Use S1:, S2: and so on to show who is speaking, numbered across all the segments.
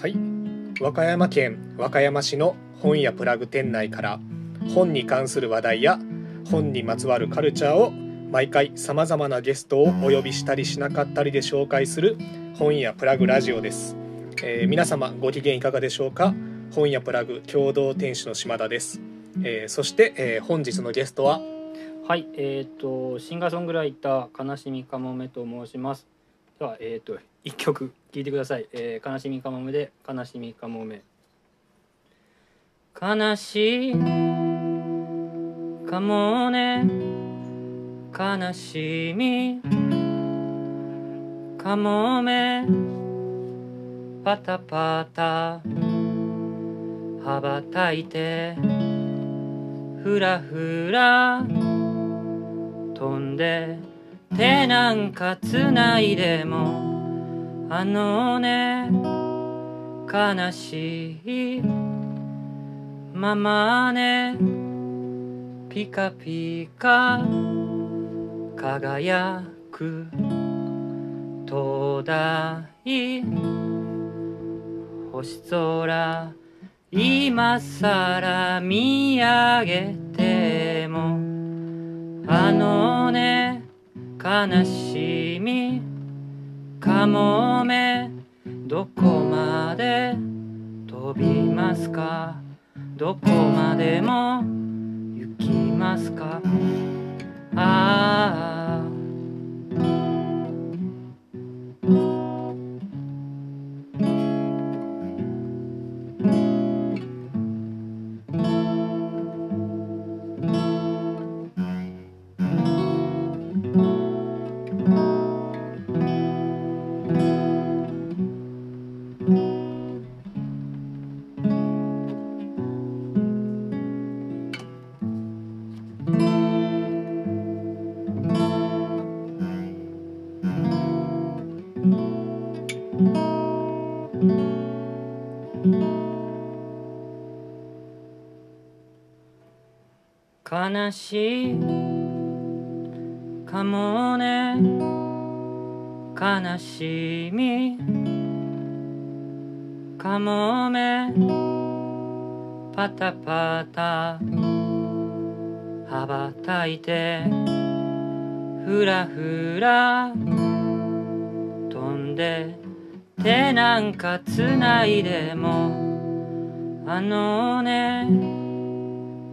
S1: はい和歌山県和歌山市の本やプラグ店内から本に関する話題や本にまつわるカルチャーを毎回さまざまなゲストをお呼びしたりしなかったりで紹介する本やプラグラジオです、えー皆様ご機嫌いかがでしょうか本やプラグ共同店主の島田です、えーそして、えー本日のゲストは
S2: はい、えっ、とシンガーソングライター悲しみかもめと申します。ではえっ、と一曲聴いてください。えー悲しみかもめで悲しみかもめ。悲しいかもね悲しみかもめパタパタ羽ばたいてふらふら飛んで手なんかつないでもあのね悲しいままねピカピカ輝く灯台星空今さら見上げてもあのね悲しみかもめどこまで飛びますかどこまでも行きますかああ悲しいかもね悲しみかもめパタパタ羽ばたいてふらふら飛んで手なんかつないでもあのね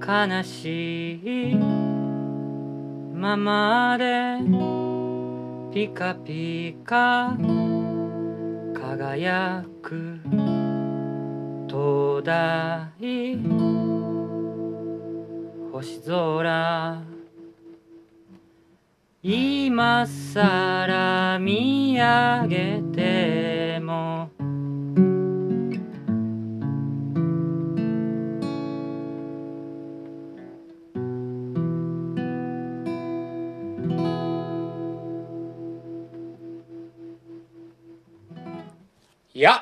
S2: 悲しいままでピカピカ輝く灯台星空今さら見上げても
S1: いや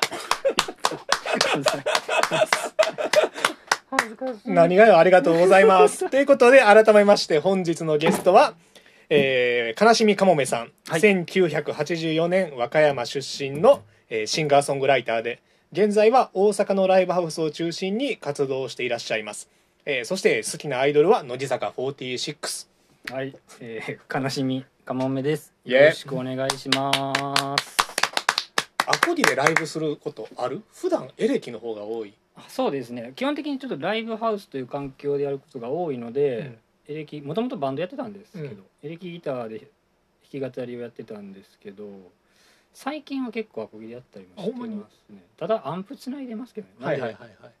S2: 恥ずかしい
S1: 何がよありがとうございますということで改めまして本日のゲストは、えー悲しみかもめさん、
S2: はい
S1: 1984年和歌山出身の、えーシンガーソングライターで現在は大阪のライブハウスを中心に活動していらっしゃいます、えーそして好きなアイドルは乃木坂46
S2: はい、えー、悲しみかもめです。
S1: イェイ
S2: よろしくお願いします。
S1: アコギでライブすることある普段エレキの方が多い
S2: あそうですね。基本的にちょっとライブハウスという環境でやることが多いので、エレキもともとバンドやってたんですけど、
S1: うん
S2: エレキギターで弾き語りをやってたんですけど、最近は結構アコギでやったりもして
S1: あほんまに
S2: ますね。ただアンプつないでますけどね。
S1: はいはい
S2: なん
S1: はいはい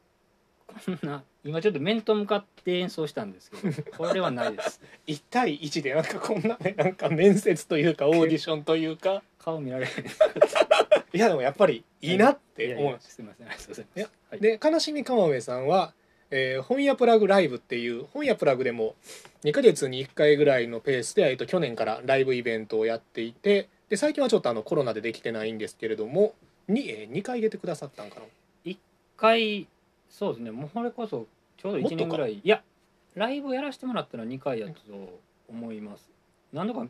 S2: でこんな今ちょっと面と向かって演奏したんですけ ど、これはないです。
S1: 1対1でなんかこんなねなんか面接というかオーディションというか
S2: 顔見られない。
S1: いやでもやっぱりいいなっ
S2: い
S1: て
S2: や
S1: 思
S2: いうやすみません。ありがとうござい
S1: い
S2: ま
S1: や
S2: す。はい、
S1: で悲しみかまめさんは、えー本屋プラグライブっていう本屋プラグでも2ヶ月に1回ぐらいのペースで、えー、と去年からライブイベントをやっていてで最近はちょっとあのコロナでできてないんですけれどもに、え2回出てくださったんかな
S2: 一回そうですねもうこれこそちょうど
S1: もっと
S2: 1
S1: か
S2: 年ぐらいいやライブをやらせてもらったのは2回やったと思います何度か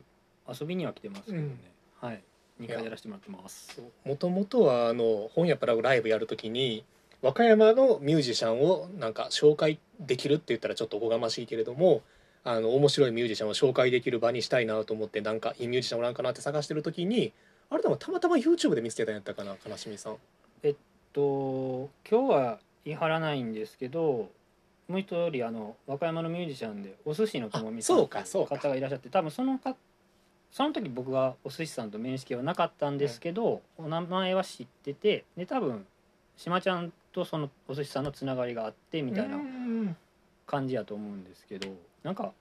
S2: 遊びには来てますけどね、はい2回やらせてもらってます
S1: もともとはあの本屋プラグライブやるときに和歌山のミュージシャンをなんか紹介できるって言ったらちょっとおこがましいけれどもあの面白いミュージシャンを紹介できる場にしたいなと思ってなんかいいミュージシャンおらんかなって探してるときにあれでもたまたま YouTube で見つけたんやったかな悲しみさん。
S2: と今日は言い張らないんですけどもう一人あの和歌山のミュージシャンでお寿司のともみさん
S1: あそ
S2: という
S1: かそうか
S2: 方がいらっしゃって多分そのかその時僕がお寿司さんと面識はなかったんですけど、お名前は知っててで多分島ちゃんとそのお寿司さんのつながりがあってみたいな
S1: うん
S2: 感じやと思うんですけどなんか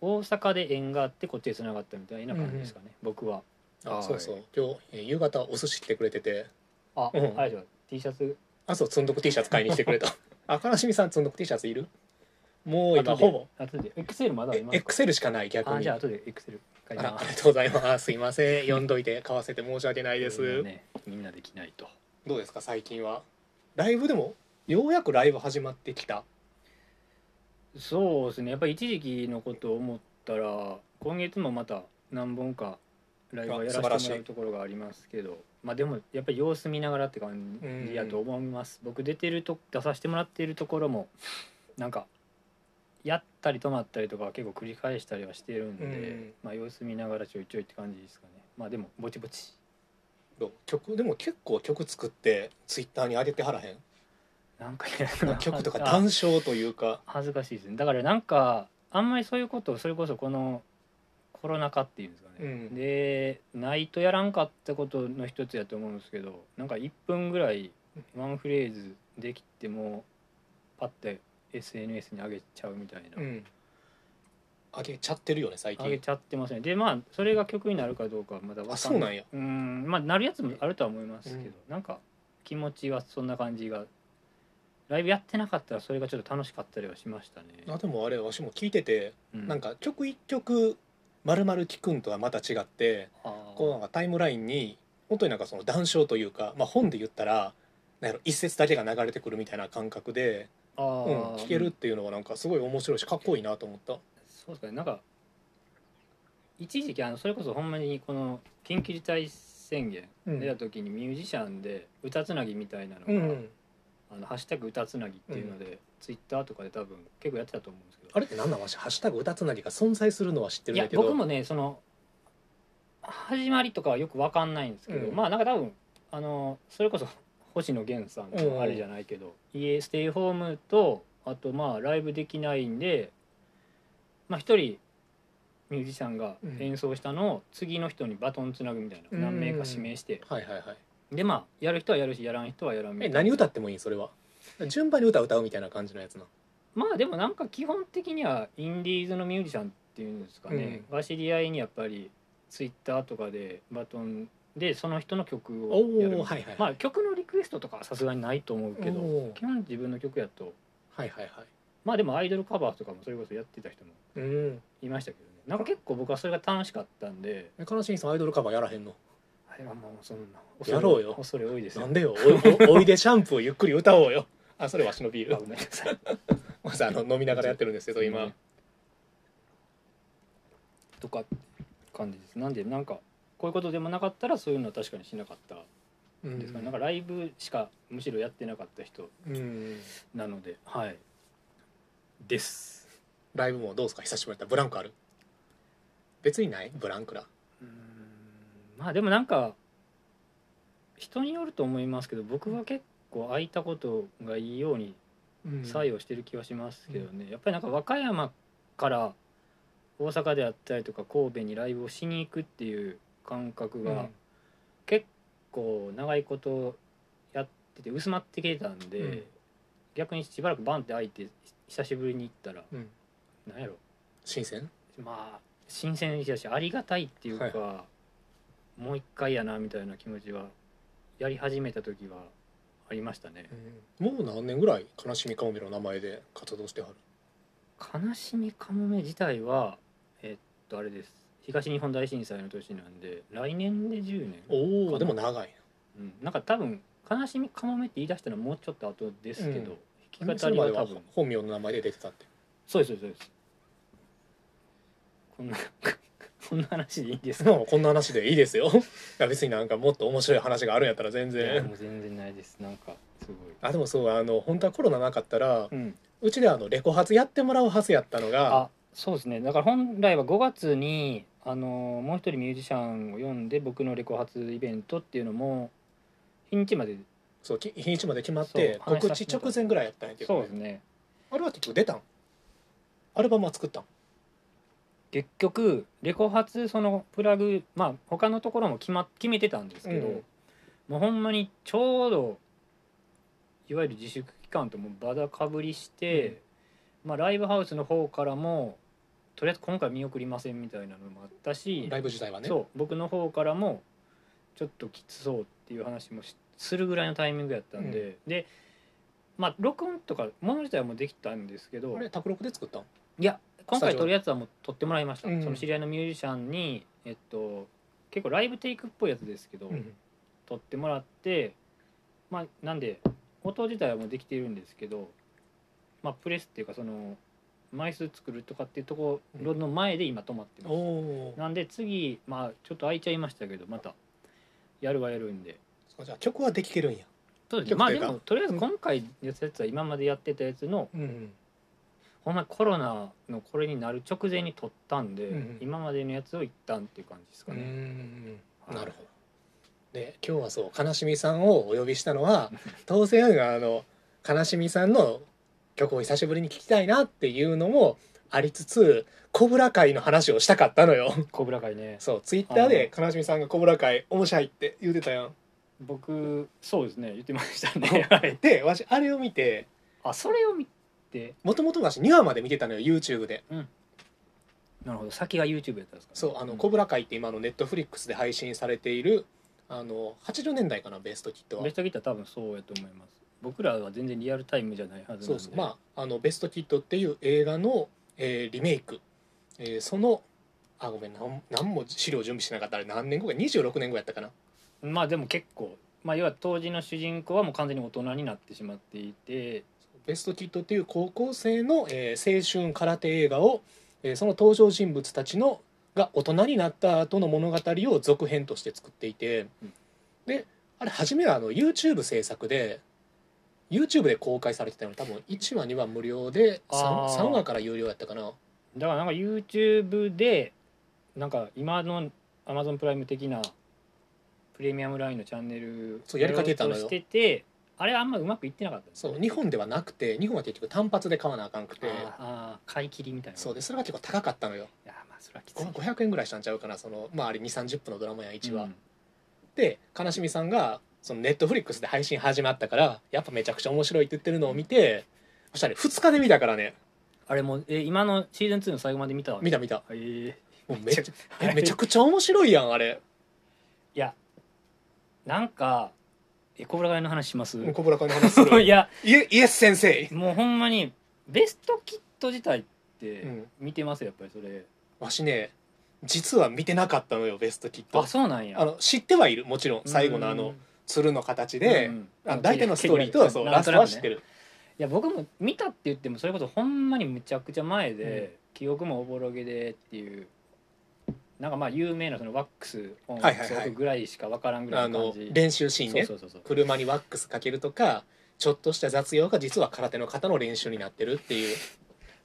S2: 大阪で縁があってこっちでつながったみたいな感じですかね、僕は。
S1: あそうそう今日えー夕方お寿司来てくれてて
S2: あ、
S1: うん
S2: あれでしょ T シャツ
S1: あそうつんどく T シャツ買いに来てくれた あ悲しみさんつんどく T シャツいるもう今
S2: 後で
S1: ほぼ
S2: 後で XL まだあ
S1: え
S2: りますか
S1: XL しかない逆
S2: あ
S1: に
S2: じゃあ後で XL 買い
S1: あら
S2: ま
S1: あり
S2: す
S1: がとうございますすいません読んどいて買わせて申し訳ないで
S2: これ
S1: す、
S2: はね、みんなできないと
S1: どうですか最近はライブでもようやくライブ始まってきた
S2: そうですねやっぱり一時期のことを思ったら今月もまた何本かライブをやらせても
S1: あ素晴
S2: ら
S1: らし
S2: う
S1: い
S2: ところがありますけどまあでもやっぱり様子見ながらって感じやと思います僕出てると出させてもらっているところもなんかやったり止まったりとか結構繰り返したりはしてるんで、
S1: うん
S2: まあ様子見ながらちょいちょいって感じですかねまあでもぼちぼち
S1: どう曲でも結構曲作ってツイッターに上げてはらへん
S2: なんかやらな
S1: 曲とか
S2: あ
S1: 談笑というか
S2: 恥ずかしいですねだからなんかあんまりそういうことをそれこそこのコロナ禍っていうんですかね、
S1: うん
S2: でないとやらんかったことの一つやと思うんですけどなんか1分ぐらいワンフレーズできてもパッて SNS に上げちゃうみたいな、
S1: うん上げちゃってるよね最
S2: 上げ
S1: 近
S2: ちゃってますねでまあそれが曲になるかどうかはまだわかん
S1: あそうなんや
S2: うんまあなるやつもあるとは思いますけど、
S1: うん
S2: なんか気持ちはそんな感じがライブやってなかったらそれがちょっと楽しかったりはしましたね、
S1: あでもあれわしも聞いてて
S2: う
S1: なんか曲一曲丸々聞くんとはまた違って
S2: あー
S1: こうなんかタイムラインに本当になんかその談笑というか、まあ、本で言ったらなんやろ一節だけが流れてくるみたいな感覚で、
S2: あ
S1: う
S2: ー
S1: ん、聞けるっていうのはなんかすごい面白いしかっこいいなと思った。
S2: そうですかねなんか一時期あのそれこそほんまにこの緊急事態宣言
S1: うん
S2: 出た時にミュージシャンで歌つなぎみたいなのが「
S1: うん、
S2: あのハッシュタグ歌つなぎ」っていうので、ツイッターとかで多分結構やってたと思うんですけど
S1: あれって何なんわし「ハッシュタグ歌つなぎ」が存在するのは知ってるん
S2: いや
S1: だけど
S2: 僕もねその始まりとかはよくわかんないんですけど、
S1: うん
S2: まあなんか多分あのそれこそ星野源さん
S1: うん
S2: のあれじゃないけど、家ステイホームとあとまあライブできないんでまあ一人ミュージシャンが
S1: うん
S2: 演奏したのを次の人にバトンつなぐみたいな、
S1: うん
S2: 何名か指名して
S1: はいはいはい
S2: でまあやる人はやるしやらん人はやらんみた
S1: え
S2: いな
S1: 何歌ってもいいんそれは順番に歌歌うみたいな感じのやつな
S2: まあでもなんか基本的にはインディーズのミュージシャンっていうんですかね、が知り合いにやっぱりツイッターとかでバトンでその人の曲をやる
S1: おーはいはいはい
S2: まあ曲のリクエストとかはさすがにないと思うけど
S1: おー
S2: 基本自分の曲やと
S1: はいはいはい
S2: まあでもアイドルカバーとかもそれこそやってた人も
S1: うん
S2: いましたけどねなんか結構僕はそれが楽しかったんで
S1: え悲しみさんアイドルカバーやらへんの
S2: あれはもうそんな
S1: やろうよ
S2: 恐れ多いです
S1: な
S2: よ
S1: んでよお おおいでシャンプーゆっくり歌おうよ あそれわしのビー
S2: あ
S1: ル
S2: ごめんなさい
S1: まずあの飲みながらやってるんですけど今
S2: とか感じですなんでなんかこういうことでもなかったらそういうのは確かにしなかった
S1: うん
S2: ですかね、なんかライブしかむしろやってなかった人
S1: うん
S2: なのではいです
S1: ライブもどうですか久しぶりだったブランクある別にないブランクら
S2: うーんまあでもなんか人によると思いますけど僕は結構空いたことがいいように作用してる気はしますけどね、やっぱりなんか和歌山から大阪であったりとか神戸にライブをしに行くっていう感覚
S1: う
S2: が
S1: ん
S2: 結構長いことやってて薄まってきてたんで、
S1: うん
S2: 逆にしばらくバンって開いて久しぶりに行ったら
S1: うん
S2: なんやろ
S1: 新鮮
S2: まあ新鮮でしたしありがたいっていうか、もう一回やなみたいな気持ちはやり始めた時はありましたね。
S1: もう何年ぐらい悲しみかもめの名前で活動してはる
S2: 悲しみかもめ自体はえっとあれです東日本大震災の年なんで来年で10年、
S1: おおでも長い
S2: うん、なんか多分悲しみかもめって言い出したのはもうちょっと後ですけど、
S1: な
S2: 弾き
S1: そ
S2: 語
S1: れ
S2: り
S1: ま
S2: は
S1: で
S2: 多
S1: は
S2: 分
S1: 本名の名前で出てたって
S2: そうですそうですそうですこんな こんな話でいいんですか
S1: もうこんな話でいいです よいや別になんかもっと面白い話があるんやったら全
S2: いや
S1: 然
S2: もう全然ないですなんかすごい
S1: あでもそうあの本当はコロナなかったら
S2: うん
S1: うちであのレコ発やってもらうはずやったのが
S2: あそうですねだから本来は5月にあのもう一人ミュージシャンを呼んで僕のレコ発イベントっていうのも日にちまで
S1: そうき日にちまで決まって
S2: そう
S1: 告知直前ぐらいやったんやけど
S2: そう
S1: ね、
S2: ですね
S1: あれは結局出たんアルバムは作ったん
S2: 結局レコ発そのプラグまあ他のところも決,、ま、決めてたんですけど、
S1: うん
S2: もうほんまにちょうどいわゆる自粛期間ともバダかぶりして、まあ、ライブハウスの方からもとりあえず今回見送りませんみたいなのもあったし、
S1: ライブ自体はね
S2: そう僕の方からもちょっときつそうっていう話もしするぐらいのタイミングやったんで、でまあ録音とかもの自体はもうできたんですけど
S1: あれ卓録で作ったん
S2: いや今
S1: スタ
S2: 回
S1: ジオ
S2: 撮るやつはもう撮ってもらいました、
S1: うん
S2: その知り合いのミュージシャンにえっと結構ライブテイクっぽいやつですけど、撮ってもらってまあなんで音自体はもうできているんですけどまあプレスっていうかその枚数作るとかっていうところの前で今止まってます、
S1: おおー
S2: なんで次まあちょっと空いちゃいましたけどまたやるはやるんで
S1: そうじゃあ曲はできてるんや
S2: そうですね
S1: 曲
S2: まあ
S1: とい
S2: で
S1: うか
S2: もとりあえず今回やったやつは今までやってたやつの
S1: うん
S2: ほんまにコロナのこれになる直前に撮ったんで、
S1: うんうん
S2: 今までのやつを一旦っていう感じです
S1: う
S2: か
S1: ん
S2: ね、はい
S1: なるほどで今日はそう悲しみさんをお呼びしたの は当然あの悲しみさんの曲を久しぶりに聴きたいなっていうのもありつつコブラ会の話をしたかったの よ
S2: コブラ会ね
S1: そうツイッターで悲しみさんが「コブラ会面白い」って言うてたやん
S2: 僕そうですね言ってましたねはい
S1: でわしあれを見て
S2: あそれを見て
S1: もともとわし2話まで見てたのよ YouTube で
S2: なるほど先が YouTube やったんですか、ね、
S1: そうあの「
S2: ん
S1: コブラ会」って今の Netflix で配信されているあの80年代かなベストキットは
S2: ベストギター多分そうやと思います僕らは全然リアルタイムじゃないはずなんで
S1: そうそうまああの「ベストキッド」っていう映画の、えーリメイク、えーそのあごめんなん何も資料準備してなかったあれ何年後か26年後やったかな
S2: まあでも結構まあ要は当時の主人公はもう完全に大人になってしまっていて
S1: ベストキッドっていう高校生の、えー青春空手映画を、えーその登場人物たちのが大人になった後の物語を続編として作っていて、
S2: うん
S1: であれ初めはあの YouTube 制作で YouTube で公開されてたの多分1話2話無料で 3,
S2: あー
S1: 3話から有料やったかな
S2: だからなんか YouTube でなんか今の Amazon プライム的なプレミアムラインのチャンネル
S1: そうやりかけたのよ
S2: やろうとしててあれあんまうまくいってなかったんですね
S1: そう日本ではなくて日本は結局単発で買わなあかんくて
S2: ああ買い切りみたいな
S1: そうでそれが結構高かったのよ
S2: いやまあそれはきつい
S1: ご500円ぐらいしたんちゃうかなそのまああれ2 3 0分のドラマやん1話、
S2: うん
S1: で悲しみさんがそのネットフリックスで配信始まったからやっぱめちゃくちゃ面白いって言ってるのを見てそしたら2日で見たからね
S2: あれもうえ今のシーズン2の最後まで見た
S1: 見た見た
S2: ええ
S1: もうめちゃ
S2: はい
S1: えめちゃくちゃ面白いやんあれ
S2: いや なんかえコブラガイの話します
S1: 小倉君の話する
S2: いや
S1: イエイエス先生、
S2: もうほんまにベストキット自体って、
S1: うん、
S2: 見てますやっぱりそれ
S1: わしね実は見てなかったのよベストキット
S2: あそうなんや
S1: あの知ってはいるもちろん最後のあ
S2: う
S1: の
S2: ん
S1: 鶴の形で、
S2: うん
S1: あの大体のストーリーとはそう
S2: な
S1: ラ
S2: ん
S1: スト
S2: となく
S1: は
S2: ね
S1: 知ってる
S2: いや僕も見たって言ってもそれこそほんまにむちゃくちゃ前で、記憶もおぼろげでっていうなんかまあ有名なそのワックスを
S1: はいはいはい
S2: ぐらいしかわからんぐら
S1: あ
S2: いの感
S1: の
S2: じ、
S1: 練習シーンね
S2: そうそうそうそう
S1: 車にワックスかけるとかちょっとした雑用が実は空手の方の練習になってるっていう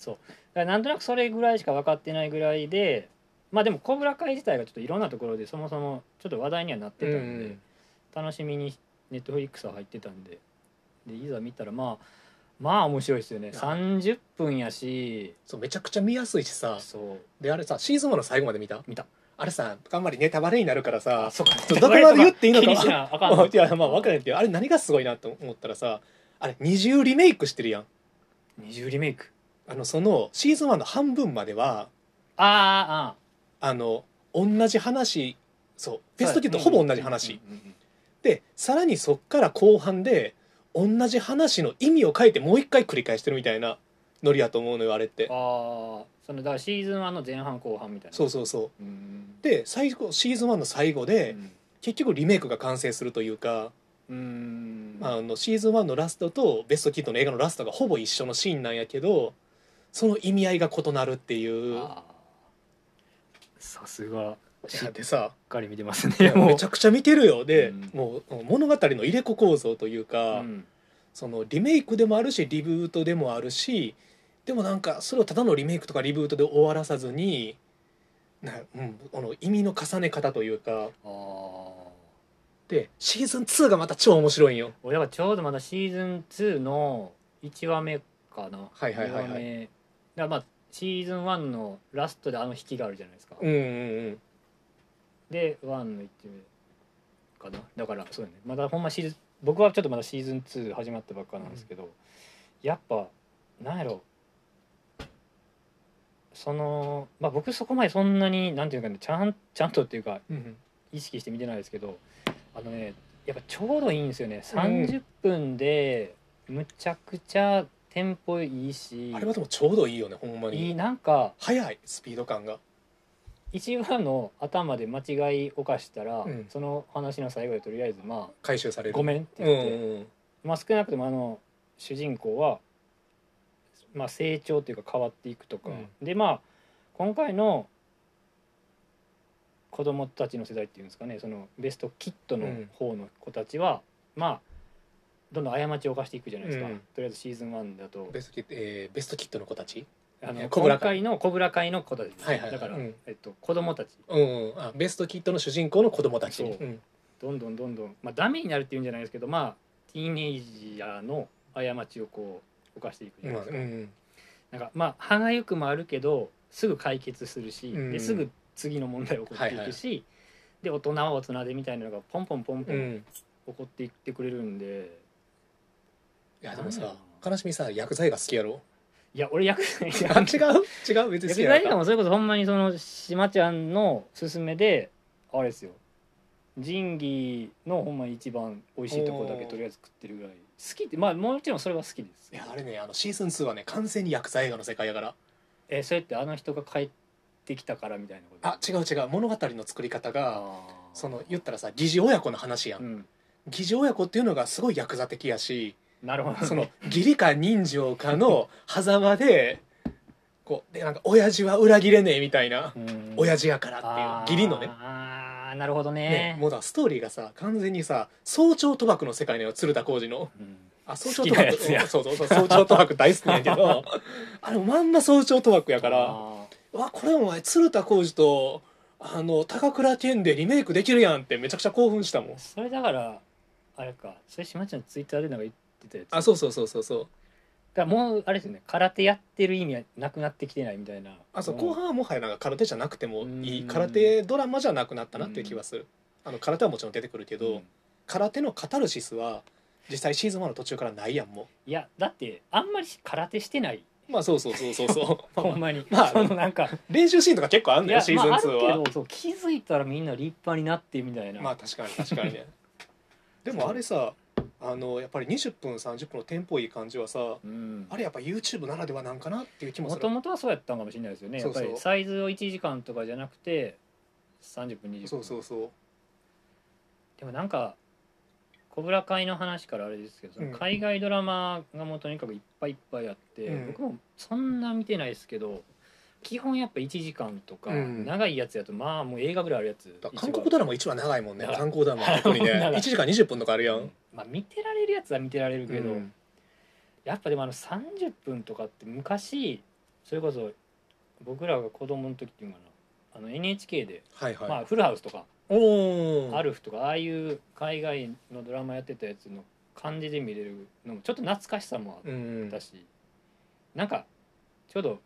S2: だからなんとなくそれぐらいしか分かってないぐらいでまあでも「コブラ会」自体がちょっといろんなところでそもそもちょっと話題にはなってたんで、
S1: うん
S2: 楽しみにネットフリックスは入ってたんででいざ見たらまあまあ面白いですよね30分やし
S1: そうめちゃくちゃ見やすいしさ
S2: そう
S1: であれさシーズン1の最後まで見た
S2: 見た
S1: あれさあんまりネタバレになるからさ
S2: そうか
S1: ちょどこまで言っていいのか
S2: 気にしなあか ん
S1: いやまあ分から
S2: る
S1: へんけどあれ何がすごいなと思ったらさあれ二重リメイクしてるやん
S2: 二重リメイク
S1: あのそのシーズン1の半分までは
S2: ああああ
S1: あの同じ話そうベストキッドほぼ同じ話、
S2: うんうんうんうん
S1: でさらにそっから後半で同じ話の意味を変えてもう一回繰り返してるみたいなノリやと思うのよあれって
S2: ああそのだからシーズン1の前半後半みたいな
S1: そううそうそう
S2: うん
S1: で最後シーズン1の最後
S2: う
S1: で
S2: ん
S1: 結局リメイクが完成するというか、
S2: うん
S1: あのシーズン1のラストとベストキッドの映画のラストがほぼ一緒のシーンなんやけどその意味合いが異なるっていう
S2: あーさすがしっ
S1: でさ
S2: かり見てますね
S1: いや
S2: もう
S1: めちゃくちゃ見てるよで、
S2: うん
S1: もう物語の入れ子構造というか、
S2: うん
S1: そのリメイクでもあるしリブートでもあるしでもなんかそれをただのリメイクとかリブートで終わらさずにな、うん、あの意味の重ね方というか
S2: ああ
S1: でシーズン2がまた超面白いんよ。
S2: 俺はちょうどまだシーズン2の1話目かな
S1: はいはいはいはい
S2: 二話目だからまあシーズン1のラストであの引きがあるじゃないですか、
S1: うんうん
S2: で1の1目かなだからそうだねまだほんまシーズン僕はちょっとまだシーズン2始まったばっかなんですけど、やっぱなんやろそのまあ僕そこまでそんなになんていうかねちゃんちゃんとっていうか
S1: うんうん
S2: 意識して見てないですけどあのねやっぱちょうどいいんですよね30分でむちゃくちゃテンポいいし、
S1: あれはでもちょうどいいよねほんま
S2: いい
S1: に
S2: なんか
S1: 速いスピード感が
S2: 一話の頭で間違い犯したら、
S1: うん
S2: その話の最後でとりあえずま
S1: 回収さ
S2: あ
S1: れ
S2: 「
S1: る
S2: ごめん」って
S1: うんう
S2: 言って、
S1: ん
S2: まあ少なくともあの主人公は、まあ、成長というか変わっていくとか、
S1: うん
S2: でまあ今回の子供たちの世代っていうんですかねそのベストキッドの方の子たちは、まあどんどん過ちを犯していくじゃないですか、
S1: うん
S2: とりあえずシーズン1だと
S1: ベストキッド、えーベストキッドの子たち
S2: あの
S1: 小
S2: 小
S1: 倉
S2: 倉
S1: 会
S2: 会の小倉会の子たちです、
S1: はいはいはい
S2: だから、
S1: うん
S2: えっと、子供たち
S1: うんうんあベストキッドの主人公の子供たち
S2: そう
S1: うん
S2: どんどんどんどん、まあ、ダメになるっていうんじゃないですけどまあティーネイジャーの過ちをこう犯していくじゃな
S1: ま
S2: い
S1: あ
S2: です
S1: う
S2: か。
S1: ん
S2: なんかまあ歯がゆくもあるけどすぐ解決するし、
S1: うん
S2: ですぐ次の問題起こっていくし、で大人は大人でみたいなのがポンポンポンポ
S1: う
S2: ン
S1: ん
S2: 起こっていってくれるんで、
S1: いやでも
S2: なん
S1: さ
S2: やろ
S1: 悲しみさ薬剤が好きやろ
S2: いや俺薬 剤
S1: あ違う違う別に好き
S2: 薬
S1: や
S2: 剤
S1: ろ
S2: がもうそれこそほんまにその島ちゃんの勧めであれですよ仁義のほんまに一番美味しいとこだけとりあえず食ってるぐらい好きってまあもちろんそれは好きです
S1: いやあれねあのシーズン2はね完全に薬剤映画の世界やから
S2: えそれってあの人が帰ってきたからみたいなこと
S1: あ違う違う物語の作り方が
S2: あー
S1: その言ったらさ疑似親子の話や
S2: うんん
S1: 疑似親子っていうのがすごいヤクザ的やし
S2: なるほどね
S1: その義理か人情かの狭間でこうでなんか親父は裏切れねえみたいな
S2: うん
S1: 親父やから
S2: あ
S1: っ
S2: ー
S1: ていう義理のね
S2: ああなるほどね
S1: ねもうだストーリーがさ完全にさ早朝賭博の世界のよ鶴田浩二の
S2: うん
S1: あ早朝賭
S2: 好きな
S1: 博
S2: やつや
S1: うんそうそうそう早朝賭博大好きなんやけ どあれまんま早朝賭博やから
S2: あ
S1: わこれお前鶴田浩二とあの高倉健でリメイクできるやんってめちゃくちゃ興奮したもん
S2: ーそれだからあれかそれ島ちゃんツイッターでなんか言ってたやつ
S1: あそうそうそうそうそう
S2: だからもうあれですよね空手やってる意味はなくなってきてないみたいな
S1: あそう
S2: うん
S1: 後半はもはやなんか空手じゃなくてもいい
S2: うん
S1: 空手ドラマじゃなくなったなっていう気はするあの空手はもちろん出てくるけど、
S2: うん
S1: 空手のカタルシスは実際シーズン1の途中からないやんも
S2: いやだってあんまり空手してないう
S1: まあそうそうそうそうそう まあ
S2: ほんまに、
S1: まあ
S2: そ のなんか
S1: 練習シーンとか結構あん
S2: い
S1: のよ
S2: や
S1: シーズン
S2: まあ、あ
S1: 2は
S2: るけどそう気づいたらみんな立派になってみたいな、
S1: まあ確かに確かにねでもあれさあのやっぱり20分30分のテンポいい感じはさ
S2: うん
S1: あれやっぱ YouTube ならではなんかなっていう気も
S2: も
S1: す
S2: と
S1: る
S2: もとはそうやったんかもしれないですよねやっ
S1: そ
S2: ぱ
S1: う
S2: り
S1: そう
S2: サイズを1時間とかじゃなくて30分20分
S1: そうそうそう
S2: でもなんか小倉会の話からあれですけど、その
S1: うん
S2: 海外ドラマがもうとにかくいっぱいいっぱいあって、
S1: うん
S2: 僕もそんな見てないですけど基本やっぱ1時間とか、
S1: うん
S2: 長いやつやとまあもう映画ぐらいあるやつ
S1: だから韓国ド
S2: ラ
S1: ラマ一話長いもんね
S2: 長い
S1: 韓国ドラマは特にね
S2: 長い
S1: 1時間20分とかあるやん、
S2: まあ見てられるやつは見てられるけど、
S1: うん
S2: やっぱでもあの30分とかって昔それこそ僕らが子供の時っていうのかなあの NHK で、
S1: はいはい、
S2: まあフルハウスとか、
S1: おお
S2: アルフとかああいう海外のドラマやってたやつの感じで見れるのもちょっと懐かしさもあって
S1: うん
S2: だし、なんかちょうど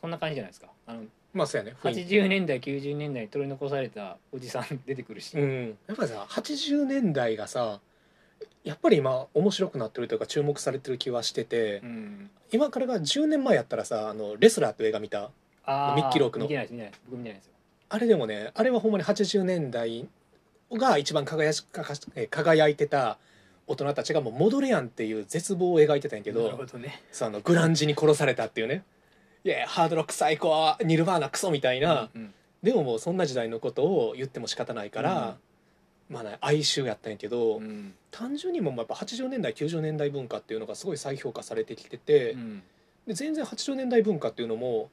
S2: そんな感じじゃないですかあの
S1: まあそうやね雰囲気
S2: 80年代90年代に取り残されたおじさん出てくるし、
S1: うんやっぱりさ80年代がさやっぱり今面白くなってるというか注目されてる気はしてて、
S2: うん
S1: 今からが10年前やったらさあのレスラーって映画見た
S2: あー
S1: ミッキーロークの
S2: 見てないです見てないです僕見てないですよ
S1: あれでもねあれはほんまに80年代が一番輝しかかしえー輝いてた大人たちがもう戻れやんっていう絶望を描いてたんやけど
S2: なるほどね
S1: そのグランジに殺されたっていうねいやハードロック最高ニルバーナクソみたいな、
S2: うん
S1: でももうそんな時代のことを言っても仕方ないから、まあね哀愁やったんやけど、
S2: うん
S1: 単純にもうやっぱ80年代90年代文化っていうのがすごい再評価されてきてて、
S2: うん
S1: で全然80年代文化っていうのも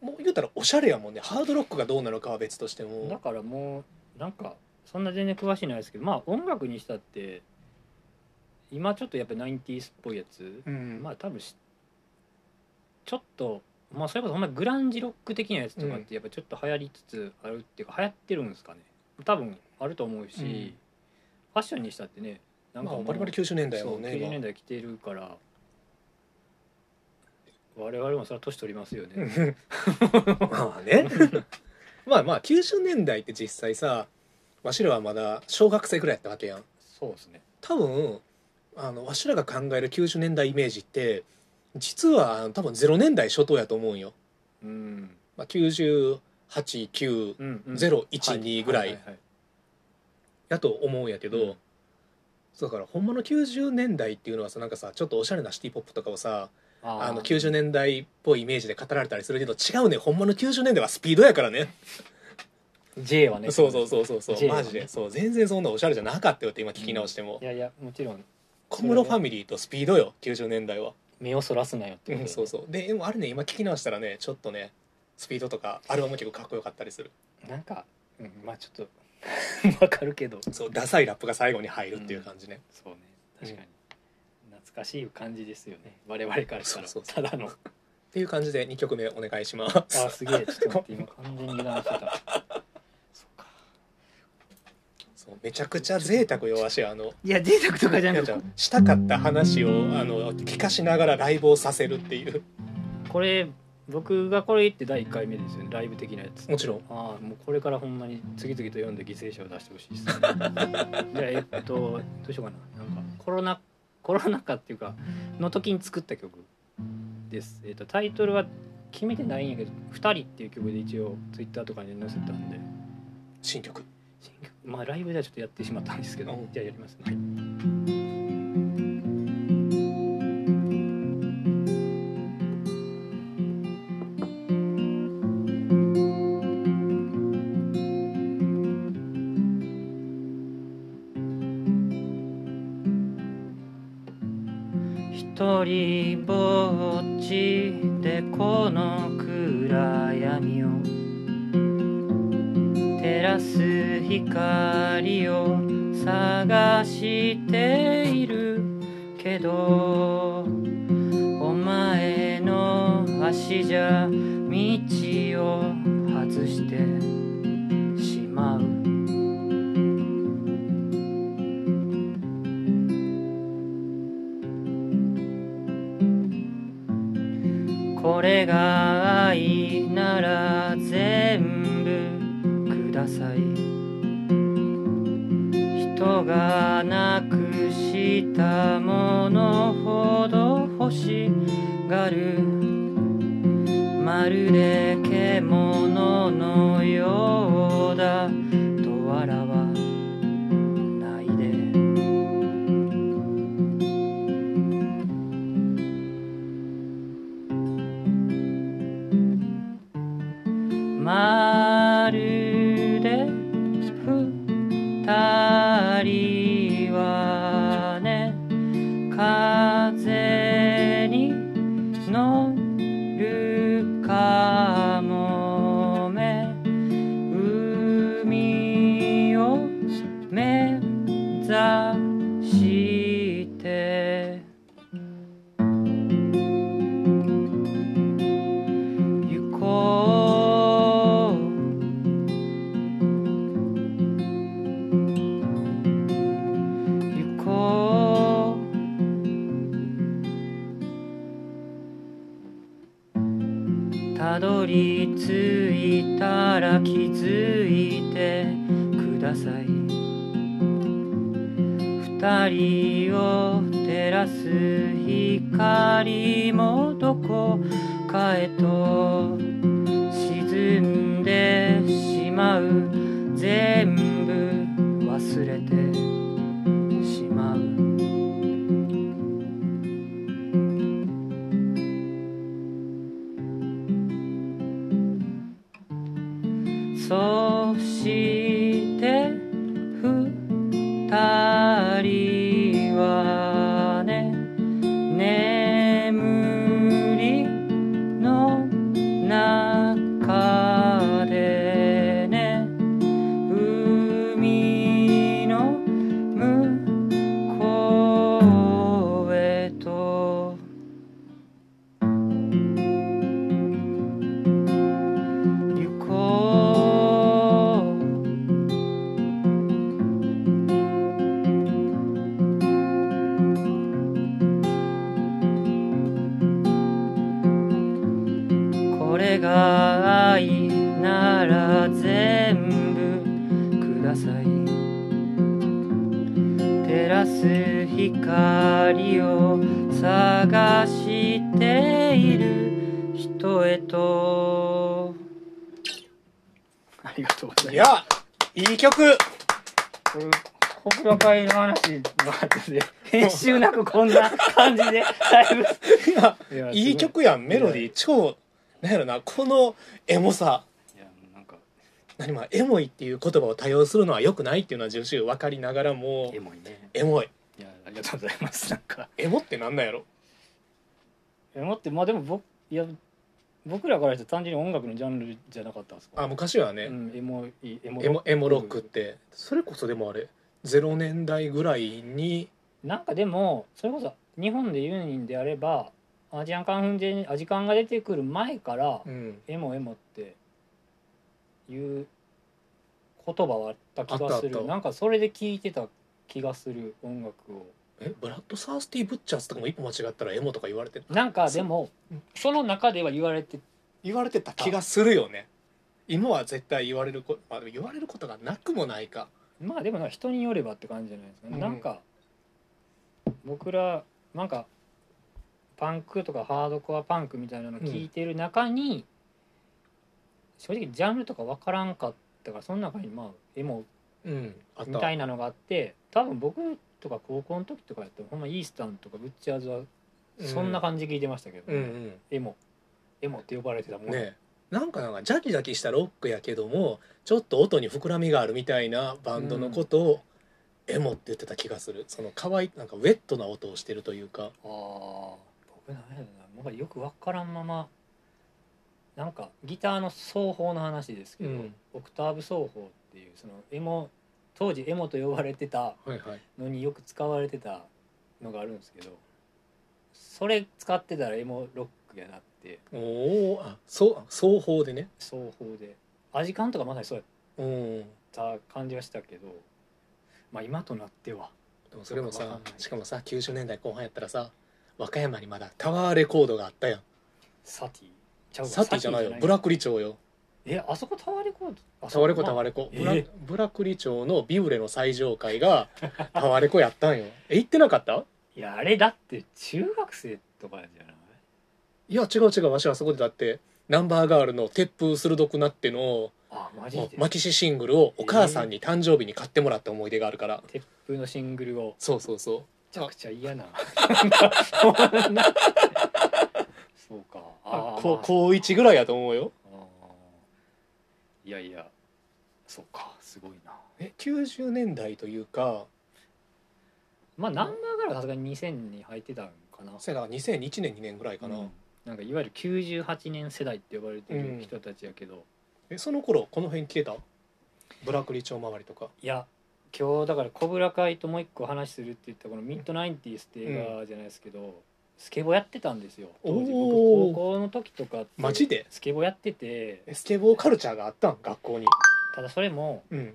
S1: もう言うたらおしゃれやもんねハードロックがどうなのかは別として
S2: だ
S1: も
S2: からもうなんかそんな全然詳しいのないですけどまあ音楽にしたって今ちょっとやっぱ 90s っぽいやつ、
S1: うん
S2: まあ多分しちょっとまあそれこそほんまにグランジロック的なやつとかってやっぱちょっと流行りつつあるっていうか流行ってるんですかね多分あると思うし、
S1: うん
S2: ファッションにしたってねなん
S1: ま
S2: か
S1: あ
S2: もう
S1: バリバリ90年代や
S2: そ
S1: も
S2: うん
S1: ね
S2: 90年
S1: 今
S2: 代来てるから我々もそれは年取りますよね、
S1: まあねまあまあ90年代って実際さわしらはまだ小学生ぐらいやったわけやん
S2: そうですね
S1: 多分あのわしらが考える90年代イメージって実はあの多分0年代初頭やと思うんよ、
S2: うん、
S1: まあ、989
S2: うんうん、
S1: 012ぐら
S2: はいはは
S1: やと思うんやけど、
S2: うん
S1: そうだからほんまの90年代っていうのはさなんかさちょっとおしゃれなシティ・ポップとかをさ
S2: あー
S1: あの90年代っぽいイメージで語られたりするけど違うねほんまの90年代はスピードやからね
S2: J はね
S1: そうそうそうそうそう、
S2: J
S1: マジでそう全然そんなおしゃれじゃなかったよって今聞き直しても、
S2: いやいやもちろん
S1: 小室ファミリーとスピードよ90年代は、
S2: 目をそらすなよってこと、ね
S1: そうそうででもあれね今聞き直したらねちょっとねスピードとかアルバム結構かっこよかったりする
S2: なんか、うん、まあちょっと わかるけど
S1: そうダサいラップが最後に入るっていう感じね、
S2: そうね確かに、懐かしい感じですよね我々からしたら
S1: そうそう
S2: ただの
S1: っていう感じで2曲目お願いします
S2: あーすげえちょっと待って今完全に油断してたそうか
S1: そうめちゃくちゃ贅沢よわしあの
S2: いや贅沢とかじゃなく
S1: ち
S2: て
S1: ゃんしたかった話をあの聞かしながらライブをさせるっていう
S2: これ僕がこれ言って第1回目ですよねライブ的なやつ
S1: もちろん
S2: ああもうこれからほんまに次々と読んで犠牲者を出してほしい です、ね、じゃあえっとどうしようかななんかコロナコロナ禍っていうかの時に作った曲です、えっと、タイトルは決めてないんやけど「二人」っていう曲で一応ツイッターとかに載せたんで
S1: 新曲
S2: 新曲まあライブではちょっとやってしまったんですけど、
S1: うん
S2: じゃあやりますね、
S3: 一人ぼっちでこの暗闇を照らす光を探しているけどお前の足じゃ道を外してしまうこれが愛なら全部ください人がなくしたものほど欲しがるまるで獣のようだと笑わないでまるで二人はね風に乗るかもめ海を目指して行こう行こうたどり着いたら気づいてください二人を照らす光もどこかへと沈んでしまう全部忘れてしまうそして二人はね眠りの中愛なら全部ください照らす光を探している人へと
S2: ありがとうござ
S1: い
S2: いま
S1: やいい曲
S2: すこれ小倉会の話ばーってで編集なくこんな感じでだいぶ
S1: いや
S2: いや
S1: いい曲やんメロディー超なんやろなこのエモさ
S2: いやなんか
S1: 何もエモいっていう言葉を多用するのは良くないっていうのは重々分かりながらも
S2: エモいね
S1: エモい
S2: いやありがとうございますなんか
S1: エモってなんなんやろ
S2: え待ってまあでも僕いや僕らからしたら単純に音楽のジャンルじゃなかったんですか
S1: あ昔はね、
S2: うん、エモいエモ
S1: エモエモロックってそれこそでもあれ0年代ぐらいに
S2: なんかでもそれこそ日本で言うんであればアジアンカンフンジェにアジカンが出てくる前から、
S1: うん
S2: エモエモっていう言葉はあった気がす
S1: あったあ
S2: る
S1: った
S2: なんかそれで聞いてた気がする音楽を
S1: えブラッド・サースティ・ブッチャーズとかも一歩間違ったらエモとか言われてる
S2: なんかでもその中では言われて
S1: 言われてた気がするよね今は絶対言われるこ、まあ、でも言われることがなくもないか
S2: まあでもな人によればって感じじゃないですか、ね
S1: うん
S2: なんか僕らなんかパンクとかハードコアパンクみたいなの聞いてる中に、正直ジャンルとか分からんかったからその中にまあエモ
S1: うんあった
S2: みたいなのがあって多分僕とか高校の時とかやったらほんまイースタンとかブッチャーズはそんな感じで聞いてましたけど、
S1: うんうん
S2: エモエモって呼ばれてたもん
S1: ねなんかなんかジャキジャキしたロックやけどもちょっと音に膨らみがあるみたいなバンドのことを、エモって言ってた気がするその可愛いなんかウェットな音をしてるというか
S2: ああ僕なんやろななんかよく分からんままなんかギターの奏法の話ですけど、
S1: うん
S2: オクターブ奏法っていうそのエモ当時エモと呼ばれてた
S1: はいはい
S2: のによく使われてたのがあるんですけどそれ使ってたらエモロックやなって
S1: おおあそう双方でね
S2: 奏法でアジカンとかまさにそう
S1: うん
S2: やった感じはしたけどまあ今となっては
S1: でもそれも
S2: わか
S1: さ
S2: んない
S1: しかもさ90年代後半やったらさ和歌山にまだタワーレコードがあったやん
S2: サティちゃうわ
S1: サティじゃないよ
S2: サティ
S1: ブラクリ町よ
S2: えあそこタワーレコードあ
S1: タワレコ
S2: まあ
S1: タワレコ、
S2: え
S1: ブラブラクリ町のビブレの最上階が タワレコやったんよえ行ってなかった
S2: いやあれだって中学生とかじゃない
S1: いや違う違うわしはそこでだってナンバーガールの「鉄風鋭くなっての」
S2: あマジ
S1: も
S2: で
S1: うマキシシングルをお母さんに誕生日に買ってもらった思い出があるから、
S2: 鉄風のシングルをめ
S1: そうそうそう
S2: ちゃくちゃ嫌ななんかそう か
S1: あ
S2: ー
S1: こ高1ぐらいやと思うよ
S2: あーいやいやそうかすごいな
S1: え90年代というか
S2: まあナンバーガールはさすがに2000に入ってたんかな
S1: せやな2001年2年ぐらいかな、
S2: うんなんかいわゆる98年世代って呼ばれて
S1: うん
S2: る人たちやけど、
S1: えその頃この辺来てたブラクリ町周りとか
S2: いや今日だから小倉会ともう一個話するって言ったこのミッドナインティースって映画じゃないですけど、スケボーやってたんですよ当時僕
S1: おー
S2: 高校の時とかって
S1: マジで
S2: スケボーやってて
S1: えスケボーカルチャーがあったん学校に
S2: ただそれも
S1: うん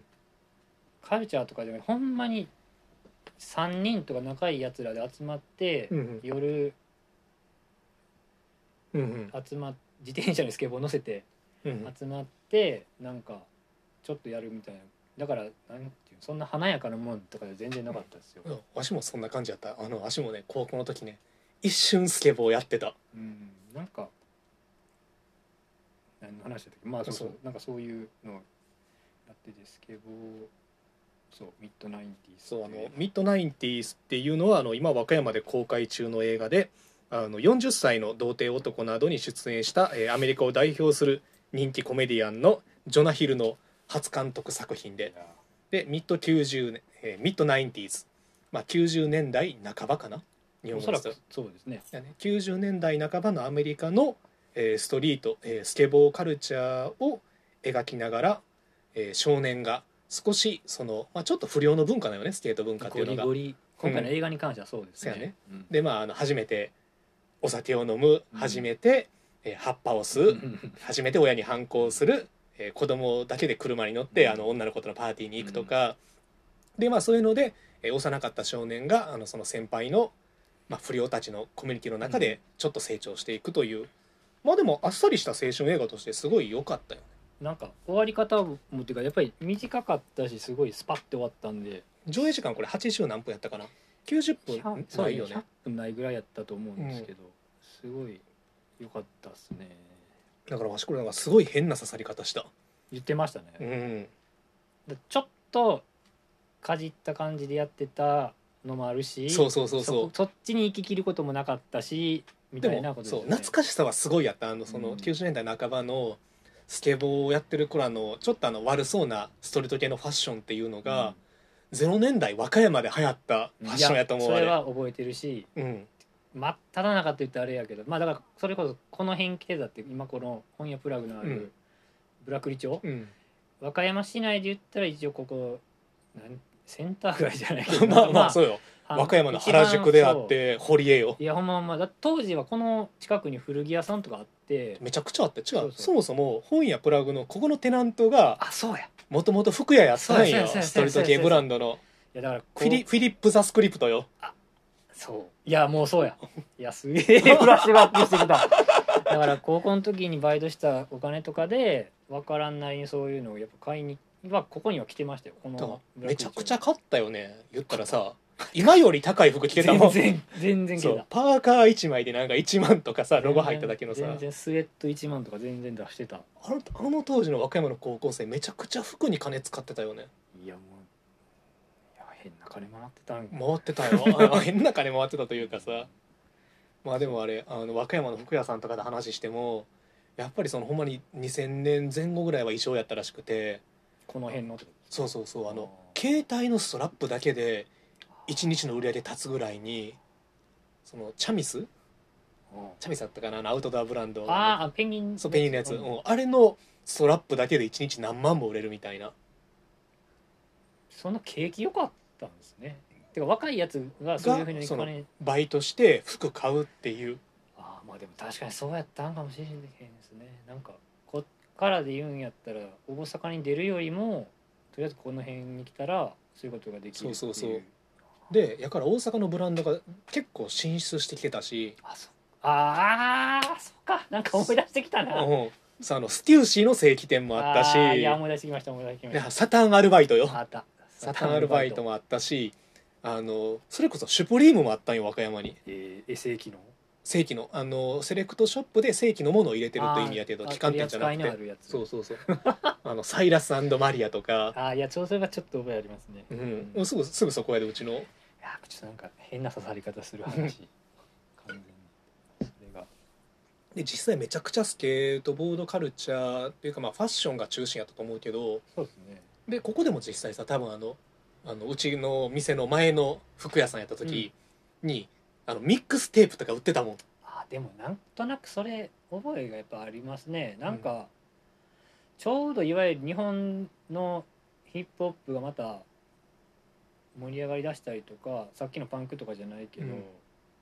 S2: カルチャーとかじゃなくほんまに3人とか仲いいやつらで集まって、
S1: うん
S2: 夜
S1: うんうん
S2: 集まっ自転車にスケボー乗せて
S1: うん
S2: 集まってなんかちょっとやるみたいなだからなんていうそんな華やかなもんとかじゃ全然なかったですよ、
S1: うんわしもそんな感じやったあのわしもね高校の時ね一瞬スケボーやってた
S2: うんなんか何の話だったっけまあそうそう
S1: そう
S2: なんかそういうのをやっててスケボーそうミッドナインティー
S1: そうあのミッドナインティースっていうのはあの今和歌山で公開中の映画であの40歳の童貞男などに出演した、えーアメリカを代表する人気コメディアンのジョナ・ヒルの初監督作品ででミッド90年、えーミッドナインティーズ、まあ、90年代半ばかな日
S2: お
S1: 本語
S2: そ
S1: で
S2: ら
S1: す
S2: くそうですね
S1: だね90年代半ばのアメリカの、えーストリート、えースケボーカルチャーを描きながら、えー少年が少しその、まあ、ちょっと不良の文化だよねスケート文化ってい
S2: ゴ
S1: うの
S2: リ
S1: が
S2: ゴリ今回の映画に関してはそうですね,
S1: そうやね
S2: うん、
S1: でまああの初めてお酒を飲む
S2: うん
S1: 初めて、えー葉っぱを吸う、初めて親に反抗する、えー子供だけで車に乗って、
S2: うん
S1: あの女の子とのパーティーに行くとか、でまあそういうので、えー幼かった少年があのその先輩の、まあ、不良たちのコミュニティの中でちょっと成長していくという、まあでもあっさりした青春映画としてすごい良かったよね
S2: なんか終わり方もっていうかやっぱり短かったしすごいスパッて終わったんで
S1: 上映時間これ80何分やったかな90分
S2: そう
S1: ない
S2: ね
S1: よね
S2: 100分ないぐらいやったと思うんですけど、すごい良かったっすね
S1: だからわしこれなんかすごい変な刺さり方した
S2: 言ってましたね、
S1: うん
S2: でちょっとかじった感じでやってたのもあるし
S1: そうそうそうそう
S2: こそっちに行ききることもなかったしみ
S1: で
S2: たい
S1: も
S2: なことです
S1: そう
S2: よね
S1: 懐かしさはすごいやったあのそうの
S2: ん
S1: 90年代半ばのスケボーをやってる頃あのちょっとあの悪そうなストリート系のファッションっていうのが、0年代和歌山で流行った
S2: う
S1: ファ
S2: ん
S1: ッションやと思う
S2: い
S1: あ
S2: そ
S1: れ
S2: れは覚えてるし
S1: うん
S2: 真っ只中って言ったらあれやけどまあだからそれこそこの辺来てたって今この本屋プラグのあ
S1: うん
S2: るブラクリ町、
S1: うん
S2: 和歌山市内で言ったら一応ここなんセンター街じゃないけ ど
S1: まあまあそうよ
S2: あ
S1: 和歌山の原宿であっ
S2: 一番
S1: て堀江よ
S2: そういやほんまほんまだって当時はこの近くに古着屋さんとかあって
S1: めちゃくちゃあって違うそ
S2: そうそう
S1: もそも本屋プラグのここのテナントが
S2: あそうやい
S1: もともと服屋やったん
S2: そう
S1: よ
S2: やそうやそうや
S1: ストリート系ブランドの
S2: やだからこう
S1: フィリフィリップ・ザ・スクリプトよ
S2: そういやもうそ うやいやすげえフラッシュバックしてきただから高校の時にバイトしたお金とかでわからんなりにそういうのをやっぱ買いにはここには来てましたよこ
S1: だから
S2: の
S1: めちゃくちゃ買ったよね言ったらさ今より高い服着てたもん
S2: 全然全然来
S1: そ
S2: て
S1: う
S2: た
S1: パーカー1枚でなんか1万とかさロゴ入っただけのさ
S2: 全然スウェット1万とか全然出してた
S1: あのあの当時の和歌山の高校生めちゃくちゃ服に金使ってたよね
S2: いやもういや変な金もらってたん
S1: 回ってた よあ変な金回ってたというかさまあでもあれあの和歌山の服屋さんとかで話してもやっぱりそのほんまに2000年前後ぐらいは衣装やったらしくて
S2: この辺のとか
S1: そうそうそうあの
S2: あー
S1: 携帯のストラップだけで1日の売り上げ立つぐらいにそのチャミスチャミスだったかなあのアウトドアブランド
S2: あーあペンギン
S1: そうペンギンのやつ、
S2: うん
S1: うんあれのストラップだけで1日何万も売れるみたいな
S2: その景気良かったんですねてか若いやつがそういうふうに
S1: その
S2: 金
S1: バイトして服買うっていう
S2: ああまあでも確かにそうやったんかもしれへんですねなんかこっからで言うんやったら大阪に出るよりもとりあえずこの辺に来たらそういうことができるっていう
S1: そうそうそうでやから大阪のブランドが結構進出してきてたし、
S2: あそうああそっかなんか思い出してきた
S1: う
S2: な、 あ
S1: ん、さあのステューシーの正規店もあったし
S2: ーいや思い出してきました思い出してきま
S1: で
S2: し
S1: サタンアルバイトよ
S2: たあった
S1: サタンアルバイトもあったしあのそれこそシュプリームもあったんよ和歌山に
S2: えー、エセ機能
S1: 正規のあのセレクトショップで正規のものを入れてるという意味やけど
S2: あー
S1: 期間店じゃな
S2: あ取り扱いのあ
S1: くて
S2: るやつ
S1: そうそうそうあのサイラスマリアと か、
S2: ああいやそうそれがちょっと覚えありますね、
S1: う
S2: い
S1: ん、もうすぐすぐそこやでうちの
S2: やちょっとなんか変な刺さり方する話完全にそれが
S1: で実際めちゃくちゃスケートボードカルチャーっていうかまあファッションが中心やったと思うけど
S2: そうですね
S1: でここでも実際さ多分あのあのうちの店の前の服屋さんやった時に、あのミックステープとか売ってたもん
S2: あでもなんとなくそれ覚えがやっぱありますねなんか、ちょうどいわゆる日本のヒップホップがまた盛り上がりだしたりとかさっきのパンクとかじゃないけど、
S1: うん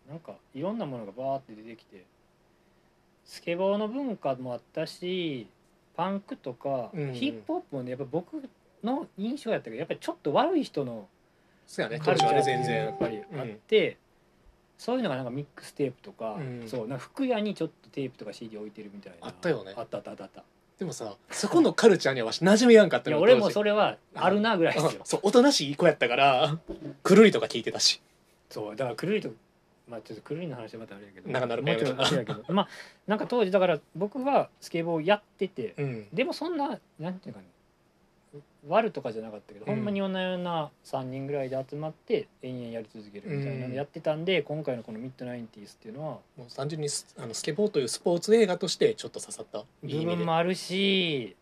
S2: なんかいろんなものがバーって出てきてスケボーの文化もあったしパンクとか、
S1: うん
S2: ヒップホップもねやっぱ僕の印象やったけどやっぱりちょっと悪い人の
S1: そうやね
S2: カ
S1: 当
S2: ル
S1: 時
S2: チャ
S1: はね
S2: ーっていう
S1: 全
S2: のがや
S1: 然
S2: っぱりあって、そういうのがなんかミックステープとか、
S1: うん
S2: そうなんか服屋にちょっとテープとか CD 置いてるみたいな
S1: あったよね
S2: あったあったあったあった
S1: でもさそこのカルチャーにはわし馴染みやんかった
S2: い
S1: の
S2: や
S1: よ
S2: 俺も
S1: 当時
S2: それはあるなぐらいです
S1: う
S2: よ
S1: んそうおとなしい子やったからくるりとか聞いてたし
S2: そうだからくるりとまあちょっとくるりの話はまたあれやけど
S1: 長なるか
S2: も
S1: ら
S2: うちょっとあれやけどまあなんか当時だから僕はスケボーやってて、
S1: うん
S2: でもそんななんていうかね悪とかじゃなかったけど、
S1: うん
S2: ほんまに女なな3人ぐらいで集まって延々やり続けるみたいな
S1: うん
S2: のやってたんで、今回のこのミッドナインティースっていうのは
S1: もう単純にスあのスケボーというスポーツ映画としてちょっと刺さったいい
S2: 部
S1: 意味で
S2: 分もあるし、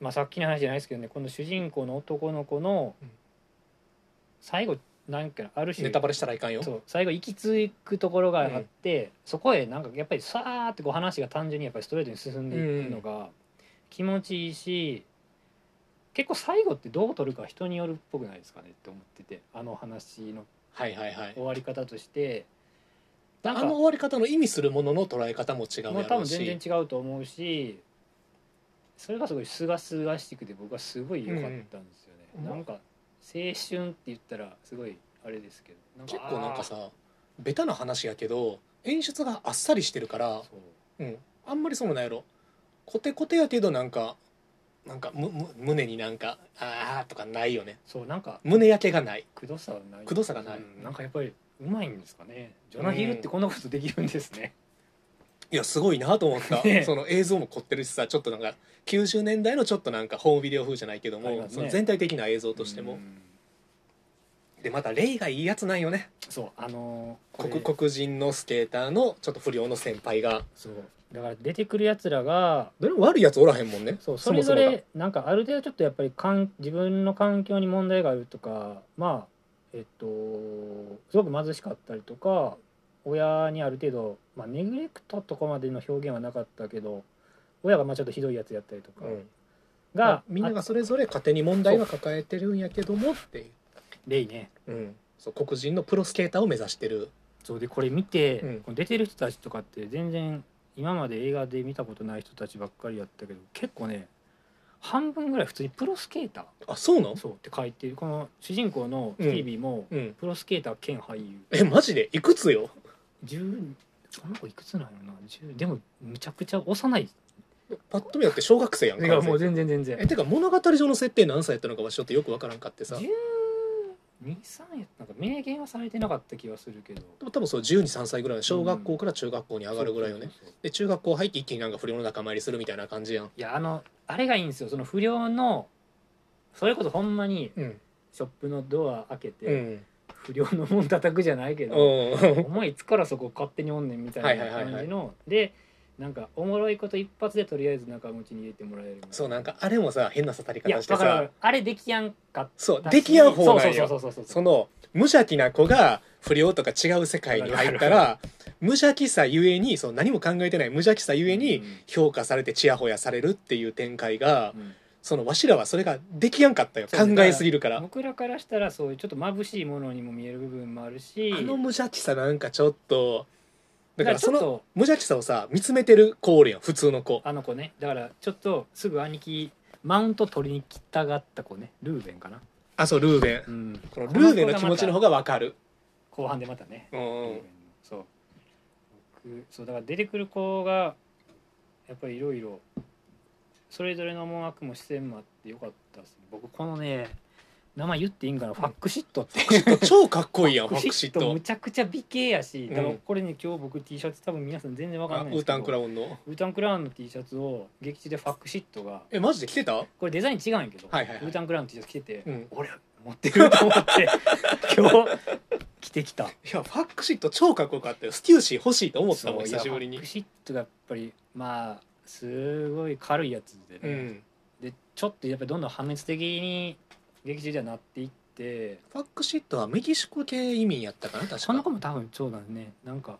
S2: まあ、さっきの話じゃないですけどねこの主人公の男の子の
S1: うん
S2: 最後なんかある種
S1: ネタバレしたらいかんよ
S2: そう最後行き着くところがあって、そこへなんかやっぱりさーってこう話が単純にやっぱりストレートに進んでいくのが気持ちいいし、結構最後ってどう取るか人によるっぽくないですかねって思っててあの話の
S1: はいはいはい
S2: 終わり方として。なんか
S1: あの終わり方の意味するものの捉え方も違う
S2: もう
S1: や
S2: 多
S1: ろう
S2: 分
S1: し
S2: 全然違うと思うしそれがすごいすがすがしくて僕はすごい良かったんですよね、
S1: うんうん
S2: なんか青春って言ったらすごいあれですけどな
S1: 結構なんかさベタな話やけど演出があっさりしてるか
S2: あ
S1: ら
S2: ー、そう
S1: うん、あんまりそのなんやろコテコテやけどなんかなんかむむ胸になんかああとかないよね
S2: そうなんか
S1: 胸焼けがない
S2: くどさはない
S1: くどさがない
S2: うんなんかやっぱりうまいんですかねジョナヒルってこんなことできるんですね、
S1: いやすごいなと思った、
S2: ね
S1: その映像も凝ってるしさちょっとなんか90年代のちょっとなんかホームビデオ風じゃないけども、
S2: ありますね
S1: その全体的な映像として
S2: う
S1: も
S2: ん
S1: でまたレイがいいやつなんよね
S2: そうあのーこれ
S1: 黒黒人のスケーターのちょっと不良の先輩が
S2: そうだから出てくるやつらが
S1: どれも悪いやつおらへんもんね
S2: そうそれぞ
S1: ももが
S2: れなんかある程度ちょっとやっぱりかん自分の環境に問題があるとかまあえっとすごく貧しかったりとか親にある程度、まあ、ネグレクトとこまでの表現はなかったけど親がまあちょっとひどいやつやったりとか
S1: うんま
S2: が
S1: あ、みんながそれぞれ家庭に問題は抱えてるんやけどもっていう
S2: レイね
S1: うん、そう黒人のプロスケーターを目指してる
S2: そうでこれ見て、
S1: うん
S2: この出てる人たちとかって全然今まで映画で見たことない人たちばっかりやったけど結構ね半分ぐらい普通にプロスケータ
S1: あそうなん
S2: ーそうって書いてるこの主人公のスティービーも
S1: うん
S2: プロスケーター兼俳優
S1: えマジでいくつよ
S2: 10この子いくつなんやろな10でもむちゃくちゃ幼い
S1: パッと見だって小学生やんか
S2: もう全然全
S1: え
S2: 然
S1: てか物語上の設定何歳やったのかはちょっとよくわからんかってさで
S2: 123やなんか明言はされてなかった気がするけど
S1: も多分そう123歳ぐらいの小学校から中学校に上がるぐらいよね、
S2: そうそうそう
S1: で中学校入って一気になんか不良の仲間入りするみたいな感じやん
S2: いやあのあれがいいんですよその不良のそれこそほんまに
S1: うん
S2: ショップのドア開けて、
S1: うん
S2: 不良のもん叩くじゃないけ
S1: うん
S2: ど、
S1: うん
S2: お前いつからそこ勝手におんねんみたいな
S1: はいはい
S2: 感
S1: は
S2: じ
S1: い
S2: のでなんかおもろいこと一発でとりあえず仲間内に入れてもらえるみたい
S1: そうなんかあれもさ変な刺さり
S2: いや
S1: 方して
S2: だから
S1: さ
S2: あれできやんかっ
S1: そう
S2: たし
S1: 出来合う方なん
S2: そ
S1: よ
S2: うそうそうそうそう
S1: その無邪気な子が不良とか違う世界に入った
S2: わ
S1: ら無邪気さゆえにその何も考えてない無邪気さゆえに、評価されてチヤホヤされるっていう展開が
S2: うんうん
S1: そのわしらはそれができやんかったよ
S2: そう
S1: 考
S2: ね
S1: えすぎるから
S2: 僕らからしたらそういうちょっと眩しいものにも見える部分もあるし
S1: あの無邪気さなんかちょっとだか
S2: だから
S1: ら
S2: ち
S1: そ
S2: ょっ
S1: の
S2: と
S1: 無邪気さをさ見つめてる子おるやん普通の子
S2: あの子ねだからちょっとすぐ兄貴マウント取りに来たがった子ねルーベンかな、
S1: あそうルーベン
S2: うん、
S1: このルーベンの気持ちの方
S2: が
S1: がわかる
S2: 後半でまたね
S1: うんうん
S2: そう僕そうだから出てくる子がやっぱりいろいろそれぞれの思惑も視線もあってよかったですね僕このね名前言っていいんかな、ファックシット って
S1: 超かっこいい やんフ
S2: フ
S1: ァック
S2: ァック
S1: シ
S2: シ
S1: ッ
S2: ット
S1: ト
S2: むちゃくちゃ美形や
S1: う
S2: し、
S1: ん
S2: だからこれね今日僕 T シャツ多分皆さん全然わか
S1: あ
S2: ん
S1: ウ
S2: ないん
S1: ー
S2: ですけ
S1: タ
S2: ど
S1: ンクラウンの
S2: ウータンクラウンの T シャツを劇中でファックシットが
S1: えマジで来てた
S2: これデザイン違うんやけど、
S1: はいはいはい
S2: ウータンクラウンの T シャツ着てて、
S1: うんい
S2: 俺持ってると思って今日着てきた
S1: やファックシット超かっこよかったよステューシー欲しいと思ったもん
S2: そういや
S1: 久しぶりに
S2: ファクシットがやっぱりまあすごい軽いやつで
S1: う
S2: ね、
S1: ん
S2: でちょっとやっぱりどんどん破滅的に劇中ではなっていって
S1: ファックシットはメキシコ系移民やったかな確
S2: その
S1: か
S2: 子も多分そうだねなんか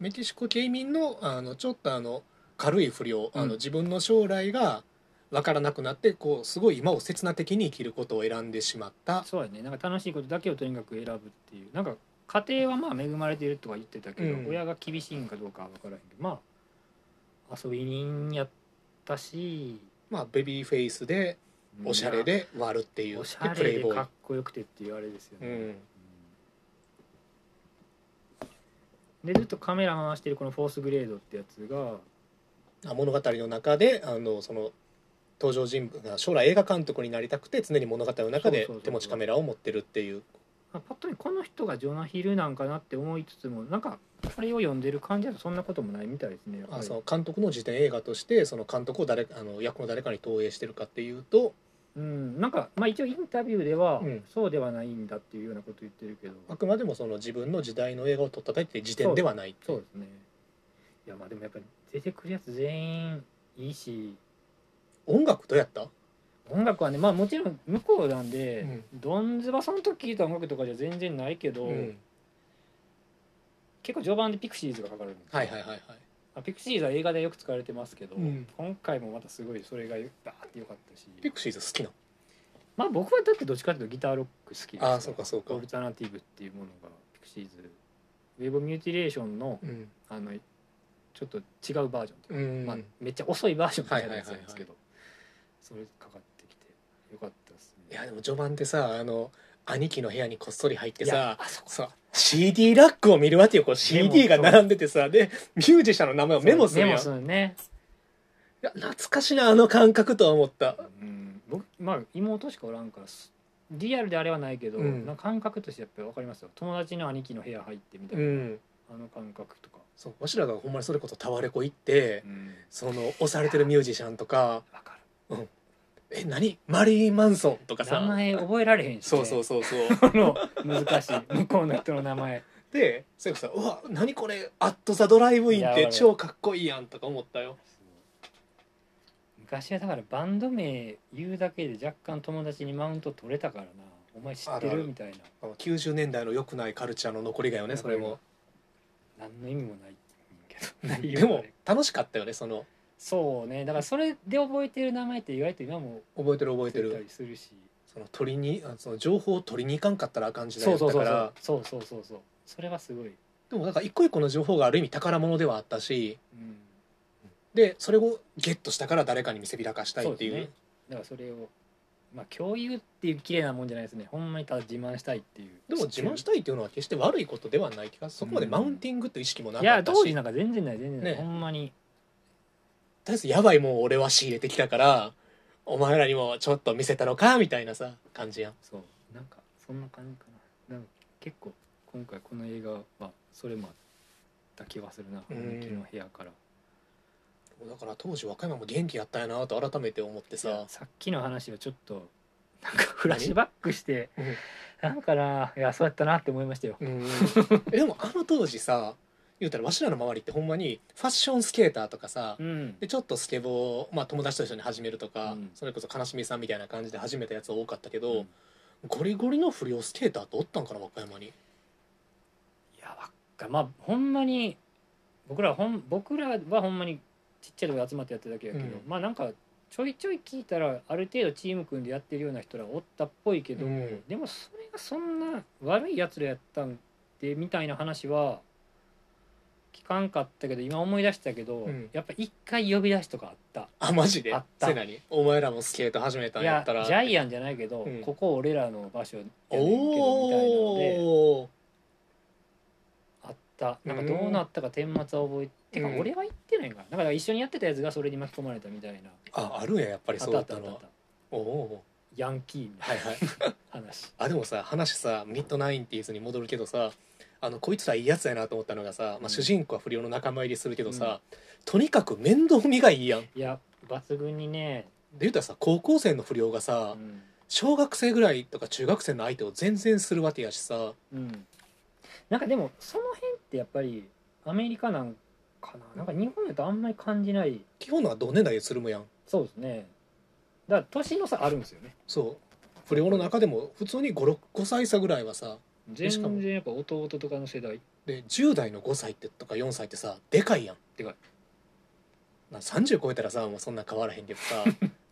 S1: メキシコ系移民のあのちょっとあの軽い不良、あ
S2: うん
S1: の自分の将来が分からなくなってこうすごい今を刹那的に生きることを選んでしまった
S2: そうやねなんか楽しいことだけをとにかく選ぶっていうなんか家庭はまあ恵まれてるとは言ってたけど、
S1: うん
S2: 親が厳しいんかどうかは分からへんけどまあ遊び人やったし
S1: まあベビーフェイスでおしゃれで割るっていう
S2: おしゃ
S1: でプレイ
S2: れで
S1: ボ
S2: か
S1: ーイ
S2: っこよくてっていうあれですよね、
S1: うん
S2: でずっとカメラ回してるこのフォースグレードってやつが
S1: あ物語の中であのその登場人物が将来映画監督になりたくて常に物語の中で
S2: そうそうそうそう
S1: 手持ちカメラを持ってるっていう
S2: まあパッと見この人がジョナヒルなんかなって思いつつもなんかこれを読んでる感じだとそんなこともないみたいですねやっぱ
S1: あ
S2: り
S1: そう監督の辞典映画としてその監督を誰あの役の誰かに投影してるかっていうと
S2: うん、なんか、まあ、一応インタビューでは、
S1: うん
S2: そうではないんだっていうようなこと言ってるけど
S1: あくまでもその自分の時代の映画を撮っただけって時点ではないって
S2: そ
S1: いう
S2: うですねいやまあでもやっぱり出てくるやつ全員いいし
S1: 音楽どうやった
S2: 音楽はねまあもちろん向こうなんで、
S1: う
S2: ドンズバその時聴いた音楽とかじゃ全然ないけど、
S1: うん
S2: 結構序盤でピクシーズがかかるんですよ
S1: はいはいはいはい
S2: まあピクシーズは映画でよく使われてますけど、
S1: うん
S2: 今回もまたすごいそれがバーってよかったし
S1: ピクシーズ好きなの
S2: まあ僕はだってどっちかというとギターロック好きですから
S1: あーそうかそうか
S2: オルタナティブっていうものがピクシーズウェブミューティレーションの
S1: うん
S2: あのちょっと違うバージョンというか、
S1: うん
S2: まあ、めっちゃ遅いバージョンみたいなやつ
S1: はいはいはいはい
S2: なんですけど、それかかってきてよかったです
S1: い
S2: ね
S1: やでも序盤ってさあの兄貴の部屋にこっそり入って
S2: いや
S1: さそう CD ラックを見るわけよこう
S2: メモ
S1: CD が並んでてさでミュージシャンの名前をメモする
S2: メ
S1: やん
S2: モするね、
S1: いや懐かしいなあの感覚とは思った
S2: うん、僕まあ妹しかおらんからすリアルであれはないけど、
S1: うん
S2: なんか感覚としてやっぱり分かりますよ友達の兄貴の部屋入ってみたいうな、
S1: ん
S2: あの感覚とか、
S1: そうわしらがほんまにそれこそタワレコ行って
S2: うん、
S1: その押されてるミュージシャンとか
S2: 分かる
S1: 「え何マリー・マンソン」とかさ
S2: 名前覚えられへんし、ね、
S1: そうそうそうそう
S2: この難しい向こうの人の名前
S1: でそれこそうわ何これ「アット・ザ・ドライブイン」っ
S2: いや
S1: て
S2: わかる
S1: 超かっこいいやんとか思ったよ
S2: 昔はだからバンド名言うだけで若干友達にマウント取れたからなお前知っ
S1: あ
S2: て
S1: るあ
S2: る
S1: る
S2: みたいな
S1: あの90年代の良くないカルチャーの残りがよねそれも
S2: 何の意味もないけどないよ
S1: でも
S2: あれ
S1: 楽しかったよねその
S2: そうねだからそれで覚えてる名前って意外と今も
S1: 覚えてる覚え
S2: 覚
S1: て
S2: えた
S1: る
S2: りするし
S1: その取りにあその情報を取りに行かんかったらあかん時代
S2: そ
S1: だ
S2: う
S1: ったか
S2: そう
S1: ら
S2: そうそうそうそうそうそうそれはすごい、
S1: でもなんか一個一個の情報がある意味宝物ではあったし
S2: うん、
S1: でそれをゲットしたから誰かに見せびらかしたいっていう
S2: そうですねだからそれをまあ共有っていう綺麗なもんじゃないですねほんまにただ自慢したいっていう
S1: でも自慢し
S2: い
S1: たいっていうのは決して悪いことではない気がそこまでマウンティングという意識もないか
S2: や
S1: った
S2: 当
S1: し
S2: 時なんか全然ない全然ない、
S1: ね
S2: ほんまに
S1: とりあえずやばいもう俺は仕入れてきたからお前らにもちょっと見せたのかみたいなさ感じやん
S2: そうなんかそんな感じかななんか結構今回この映画はそれもあった気がするな
S1: うん
S2: 兄貴の部屋から
S1: だから当時和歌山も元気やったんやなと改めて思ってさ
S2: さっきの話はちょっとなんかフラッシュバックして
S1: うん
S2: なんかないやそうやったなって思いましたよ
S1: うんえでもあの当時さ言うたらわしらの周りってほんまにファッションスケーターとかさ、
S2: うん
S1: でちょっとスケボー、まあ、友達と一緒に始めるとか、
S2: うん
S1: それこそ悲しみさんみたいな感じで始めたやつ多かったけど、
S2: うん
S1: ゴリゴリの不良スケーターっておったんかな和歌山に
S2: いやわっかまあほんまに僕らほん僕らはほんまにちっちゃいとこで集まってやってるだけやけど、
S1: うん
S2: まあなんかちょいちょい聞いたらある程度チーム組んでやってるような人らおったっぽいけど、
S1: うん
S2: でもそれがそんな悪いやつらやったんでみたいな話は聞かんかったけど今思い出したけど、
S1: うん
S2: やっぱ一回呼び出しとかあった
S1: あマジで
S2: あった
S1: せなにお前らもスケート始めたん
S2: い
S1: や
S2: や
S1: っ
S2: ジ
S1: たら
S2: ャイアンじゃないけど、
S1: うん
S2: ここ俺らの場所やねんけどみたいなので
S1: おお
S2: あったなんかどうなったか顛末は覚えてか
S1: うん
S2: 俺は行ってないんかなだから一緒にやってたやつがそれに巻き込まれたみたいな
S1: ああるんややっぱり
S2: あ
S1: そ
S2: っ
S1: う
S2: た
S1: だ
S2: あ
S1: っ
S2: っ
S1: た
S2: たあった
S1: のは
S2: あった
S1: おお
S2: ヤンキーみたい
S1: はいはい
S2: な話
S1: あでもさ話さミッドナインティーズに戻るけどさあのこいつらいいやつやなと思ったのがさ、
S2: う
S1: ま
S2: ん
S1: あ、主人公は不良の仲間入りするけどさ、とにかく面倒見がいいやんで
S2: いや抜群にね、
S1: 言うたらさ高校生の不良が
S2: う
S1: さ
S2: ん、
S1: 小学生ぐらいとか中学生の相手を全然するわけやしさ
S2: うん、なんかでもその辺ってやっぱりアメリカなんかななんか日本だとあんまり感じない
S1: 基本のは同年代でするもやん
S2: そうですねだから年の差あるんですよね
S1: そう不良の中でも普通に5 5歳差ぐらいはさ
S2: 全
S1: しかも
S2: 然やっぱ弟とかの世代
S1: で10代の5歳ってとか4歳ってさでかいやん
S2: でかい
S1: な30超えたらさもうそんな変わらへんけど さ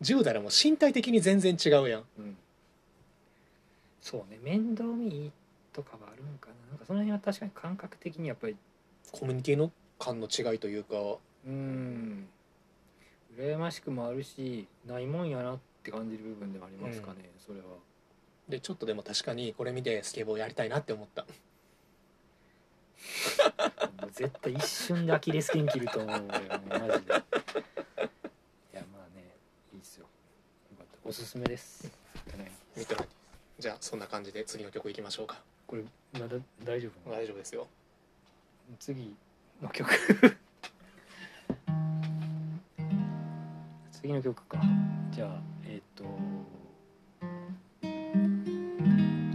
S1: 10代らもう身体的に全然違うやん
S2: うんそうね面倒見いいとかはあるんかななんかその辺は確かに感覚的にやっぱり
S1: コミュニティの感の違いというか
S2: うん羨ましくもあるしないもんやなって感じる部分でもありますかね、それは
S1: でちょっとでも確かにこれ見てスケボーやりたいなって思った
S2: もう絶対一瞬でアキレス腱切ると思うよマジでいやまあねいいっすよよかったおすすめです
S1: 見てないじゃあそんな感じで次の曲いきましょうか
S2: これまだ大丈夫
S1: 大丈夫ですよ
S2: 次の曲次の曲かじゃあえっ、と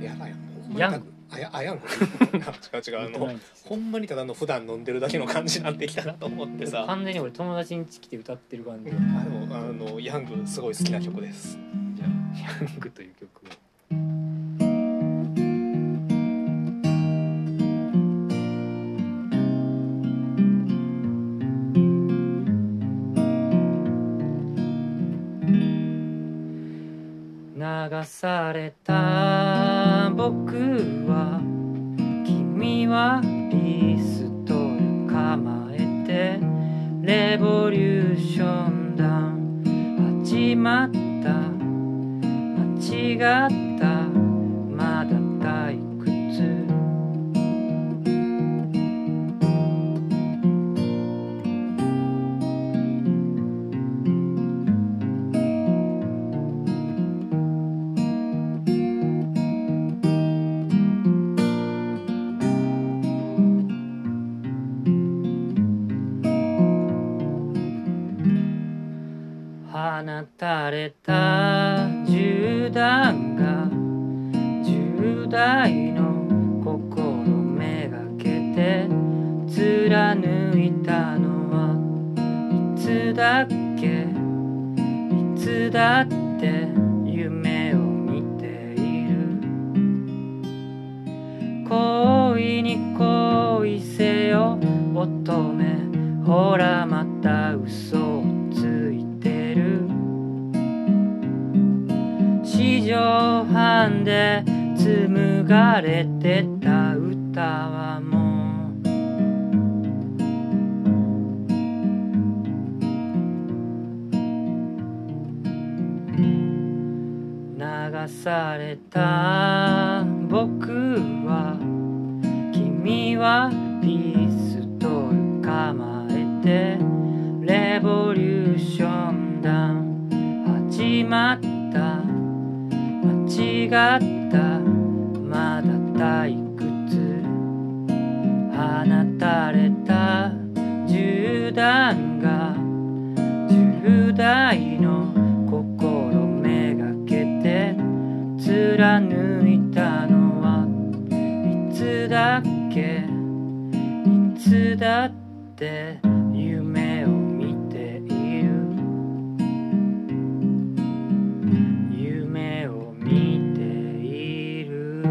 S1: やばいやんほんまに
S2: ヤング
S1: あやあ やん違う違うあ
S2: ミッドナ
S1: の
S2: インティーズ
S1: ほんまにただの普段飲んでるだけの感じになってきたなと思ってさ
S2: 完全に俺友達に家来て歌ってる感じ、
S1: あでもあのヤングすごい好きな曲です
S2: じゃあ「ヤング」という曲を。流された僕は君はピストル構えてレボリューションダウン始まった間違ったまだ
S3: 放たれた銃弾が10代の心めがけて貫いたのはいつだっけいつだって夢を見ている恋に恋せよ乙女ほらまた嘘をついてる四畳半で紡がれてた歌はもう流された僕は君はピーストル構えてレボリューションダウン始まった間違ったまだ退屈放たれた銃弾が10代の心めがけて貫いたのはいつだっけいつだって夢を見ている夢を見ている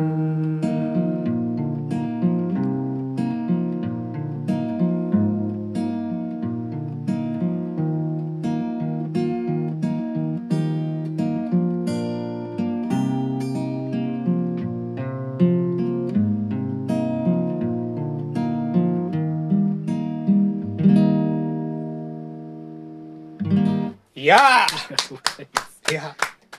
S1: いや
S2: ありがとうございます
S1: ーいや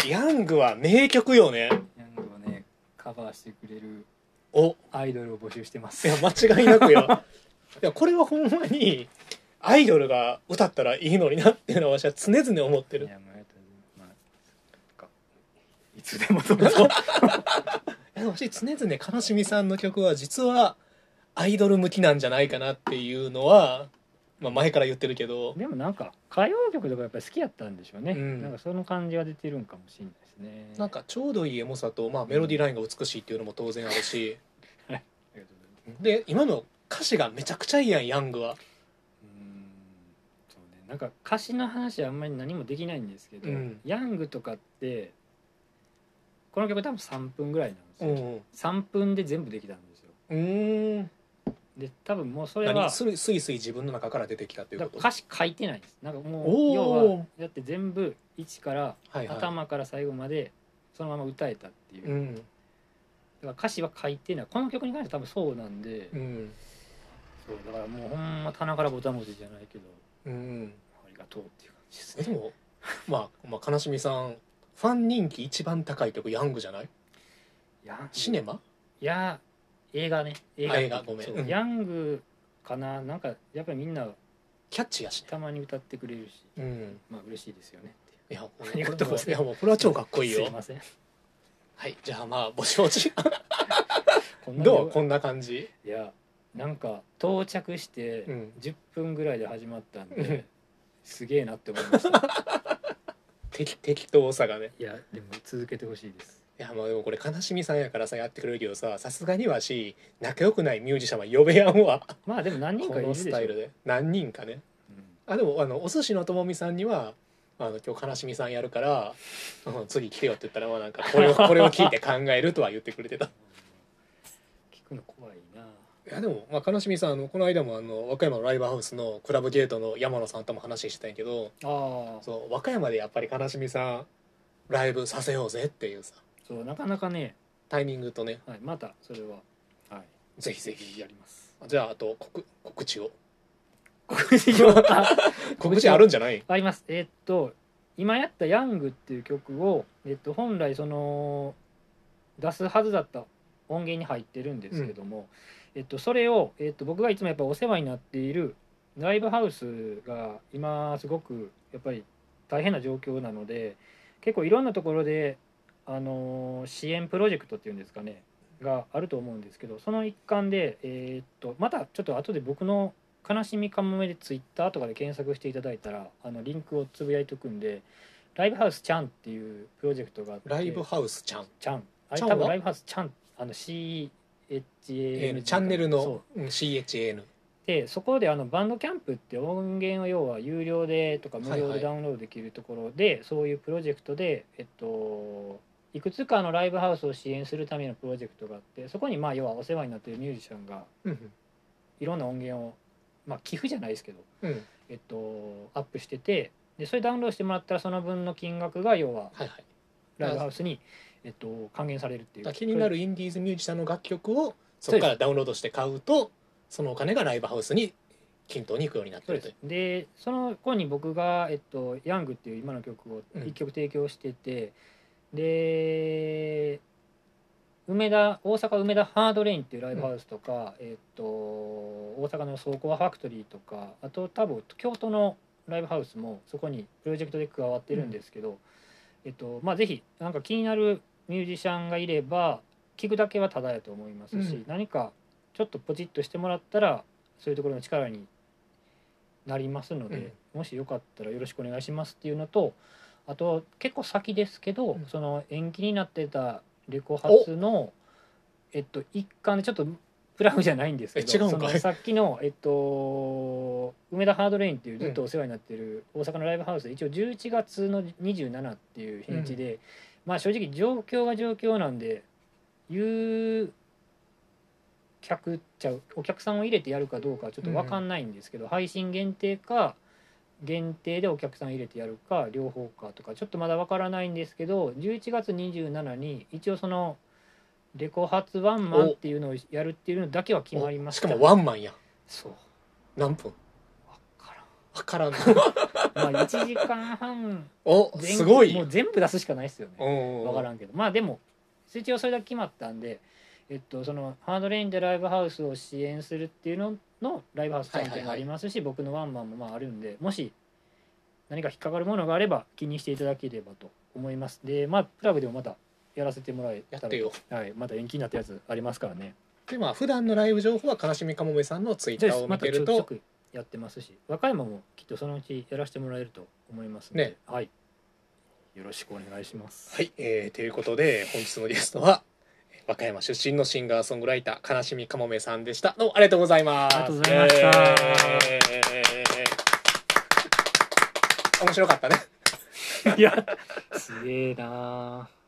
S1: ヤングは名曲よね
S2: ヤングをねカバーしてくれる
S1: お
S2: アイドルを募集してます
S1: いや間違いなく よいやこれはほんまにアイドルが歌ったらいいのになっていうのは私は常々思ってる
S2: いやもうありがとうございますまあそっかいつでもどうぞ
S1: いや私常々悲しみさんの曲は実はアイドル向きなんじゃないかなっていうのは、まあ、前から言ってるけど
S2: でもなんか歌謡曲とかやっぱり好きやったんでしょうね、
S1: うん
S2: なんかその感じが出てるんかもしれないですね
S1: なんかちょうどいいエモさと、まあ、メロディーラインが美しいっていうのも当然あるし
S2: ありがとうございます
S1: で今の歌詞がめちゃくちゃいいやんヤングは、
S2: うーんそうねなんか歌詞の話はあんまり何もできないんですけど、
S1: うん
S2: ヤングとかってこの曲多分3分ぐらいなんです
S1: う
S2: よ、
S1: ん、う
S2: 3分で全部できたんですよ
S1: ーん
S2: で多分もうそれは
S1: 何すすいすい自分の中から出てきたってい
S2: だ
S1: うこ
S2: から
S1: と
S2: 歌詞書いてないんですなんかも
S1: お
S2: う
S1: ー
S2: 要はだって全部1から
S1: はいはい
S2: 頭から最後までそのまま歌えたっていう、
S1: う
S2: だ
S1: ん
S2: から歌詞は書いてないこの曲に関しては多分そうなんで、
S1: うん
S2: そうだからもうほんま棚からぼたもじじゃないけど
S1: うん
S2: ありがとうっていう感じです
S1: え
S2: ね
S1: でも、まあ、まあ悲しみさんファン人気一番高い曲ヤングじゃない
S2: いや
S1: シネマ
S2: いや映画ね映
S1: あ映画ごめん
S2: そう
S1: うん
S2: ヤングかななんかやっぱりみんな
S1: キャッチやしね
S2: たまに歌ってくれるし
S1: うん
S2: まあ嬉しいですよねってい
S1: いや
S2: う
S1: も
S2: ありがとうございます
S1: やもうこれは超かっこいい
S2: すい
S1: よ
S2: ません
S1: はいじゃあまあぼちぼ ち
S2: こんな
S1: どうこ
S2: ん
S1: んな感じ
S2: いやなんか到着して
S1: うん
S2: 10分ぐらいで始まったんで、
S1: うん
S2: すげえなって思いました
S1: 適適当さがね
S2: いやでも続けてほしいです
S1: いやまあでもこれ悲しみさんやからさやってくれるけどささすがにわし仲良くないミュージシャンは呼べやんわ
S2: まあでも何人
S1: こ
S2: かいる
S1: の
S2: でしょ
S1: スタイルで何人かねあでもあのお寿司のともみさんにはあの「今日悲しみさんやるから、うん、次来てよ」って言ったらまあなんかこれを これを聞いて考えるとは言ってくれてた
S2: 聞くの怖いない
S1: やでも、まあ、悲しみさんあのこの間もあの和歌山のライブハウスのクラブゲートの山野さんとも話してたんやけど
S2: ああそ
S1: そう和歌山でやっぱり悲しみさんライブさせようぜっていうさ
S2: うなかなかね、
S1: タイミングとね
S2: はい、またそれははい
S1: ぜひぜひ
S2: やります
S1: じゃああと告告知を
S2: 告知をあ
S1: 告知あるんじゃない
S2: ありますえっと今やった「ヤング」っていう曲を、えっと、本来その出すはずだった音源に入ってるんですけども、えっと、それを、えっと、僕がいつもやっぱお世話になっているライブハウスが今すごくやっぱり大変な状況なので結構いろんなところで、あの支援プロジェクトっていうんですかねがあると思うんですけどその一環で、えっとまたちょっと後で僕の悲しみかもめ」でツイッターとかで検索していただいたらあのリンクをつぶやいとくんで「ライブハウスちゃん」っていうプロジェクトがあって
S1: ライブハウスちゃん、
S2: ちゃんあれ
S1: ちゃん
S2: 多
S1: は
S2: 分ライブハウスちゃんあの CHAN
S1: えーチャンネル
S2: そう
S1: のうん CHAN
S2: でそこであのバンドキャンプって音源を要は有料でとか無
S1: はい
S2: 料
S1: はい
S2: でダウンロードできるところで、そういうプロジェクトで、えっと、いくつかのライブハウスを支援するためのプロジェクトがあってそこにまあ要はお世話になっているミュージシャンが
S1: うん
S2: いろんな音源を、まあ、寄付じゃないですけど、
S1: うん
S2: えっと、アップしててでそれダウンロードしてもらったらその分の金額が要は
S1: はいはい
S2: ライブハウスに、えっと、還元されるってい
S1: だから
S2: う。
S1: 気になるインディーズミュージシャンの楽曲をそこからダウンロードして買うとそのお金がライブハウスに均等に行くようになって
S2: そう
S1: ると
S2: で
S1: い
S2: す
S1: う
S2: でその子に僕が「えっと、ヤング」っていう今の曲を
S1: うん
S2: 1曲提供してて、で梅田大阪梅田ハードレインっていうライブハウスとか、えっと、大阪の倉庫はファクトリーとかあと多分京都のライブハウスもそこにプロジェクトで加わってるんですけど、えっとまあ、ぜひなんか気になるミュージシャンがいれば聞くだけはただやと思いますし、
S1: うん
S2: 何かちょっとポチッとしてもらったらそういうところの力になりますので、もしよかったらよろしくお願いしますっていうのとあと結構先ですけど、
S1: うん
S2: その延期になってたレコ発の、えっと、一環でちょっとプラグじゃないんですけど
S1: え違うんかい
S2: そのさっきの、えっと、梅田ハードレインっていうずっとお世話になってる大阪のライブハウスで一応11月の27っていう日にちで、まあ正直状況が状況なんで言う客ちゃうお客さんを入れてやるかどうかはちょっと分かんないんですけど、配信限定か限定でお客さん入れてやるか両方かとかちょっとまだ分からないんですけど11月27に一応そのレコ発ワンマンっていうのをやるっていうのだけは決まりま
S1: お
S2: し
S1: したかもワンマンやん
S2: そう
S1: 何分
S2: 分か
S1: わからんな
S2: らんまあ1時間半
S1: お
S2: 全
S1: すごい
S2: もう全部出すしかないですよね
S1: 分
S2: 分からんけどまあでも一応それだけ決まったんで、えっと、そのハードレインでライブハウスを支援するっていうののライブハウスキャンペーンがありますし、僕のワンマンもまああるんでもし何か引っかかるものがあれば気にしていただければと思いますでまあプラグでもまたやらせてもらえ
S1: や
S2: た
S1: っ
S2: ら
S1: てよ
S2: はい、また延期になったやつありますからね
S1: でまあ普段のライブ情報は悲しみかもめさんのツイッターを
S2: ま
S1: 見
S2: た
S1: て
S2: ちょ
S1: る
S2: くちょ
S1: と
S2: くやってますし和歌山もきっとそのうちやらせてもらえると思いますので、
S1: ね
S2: はいよろしくお願い します
S1: はい、えーということで本日のゲストは和歌山出身のシンガーソングライター悲しみかもめさんでしたどうもありがとうございます
S2: ありがとうございました
S1: えー面白かったね
S2: いや、すげえなあ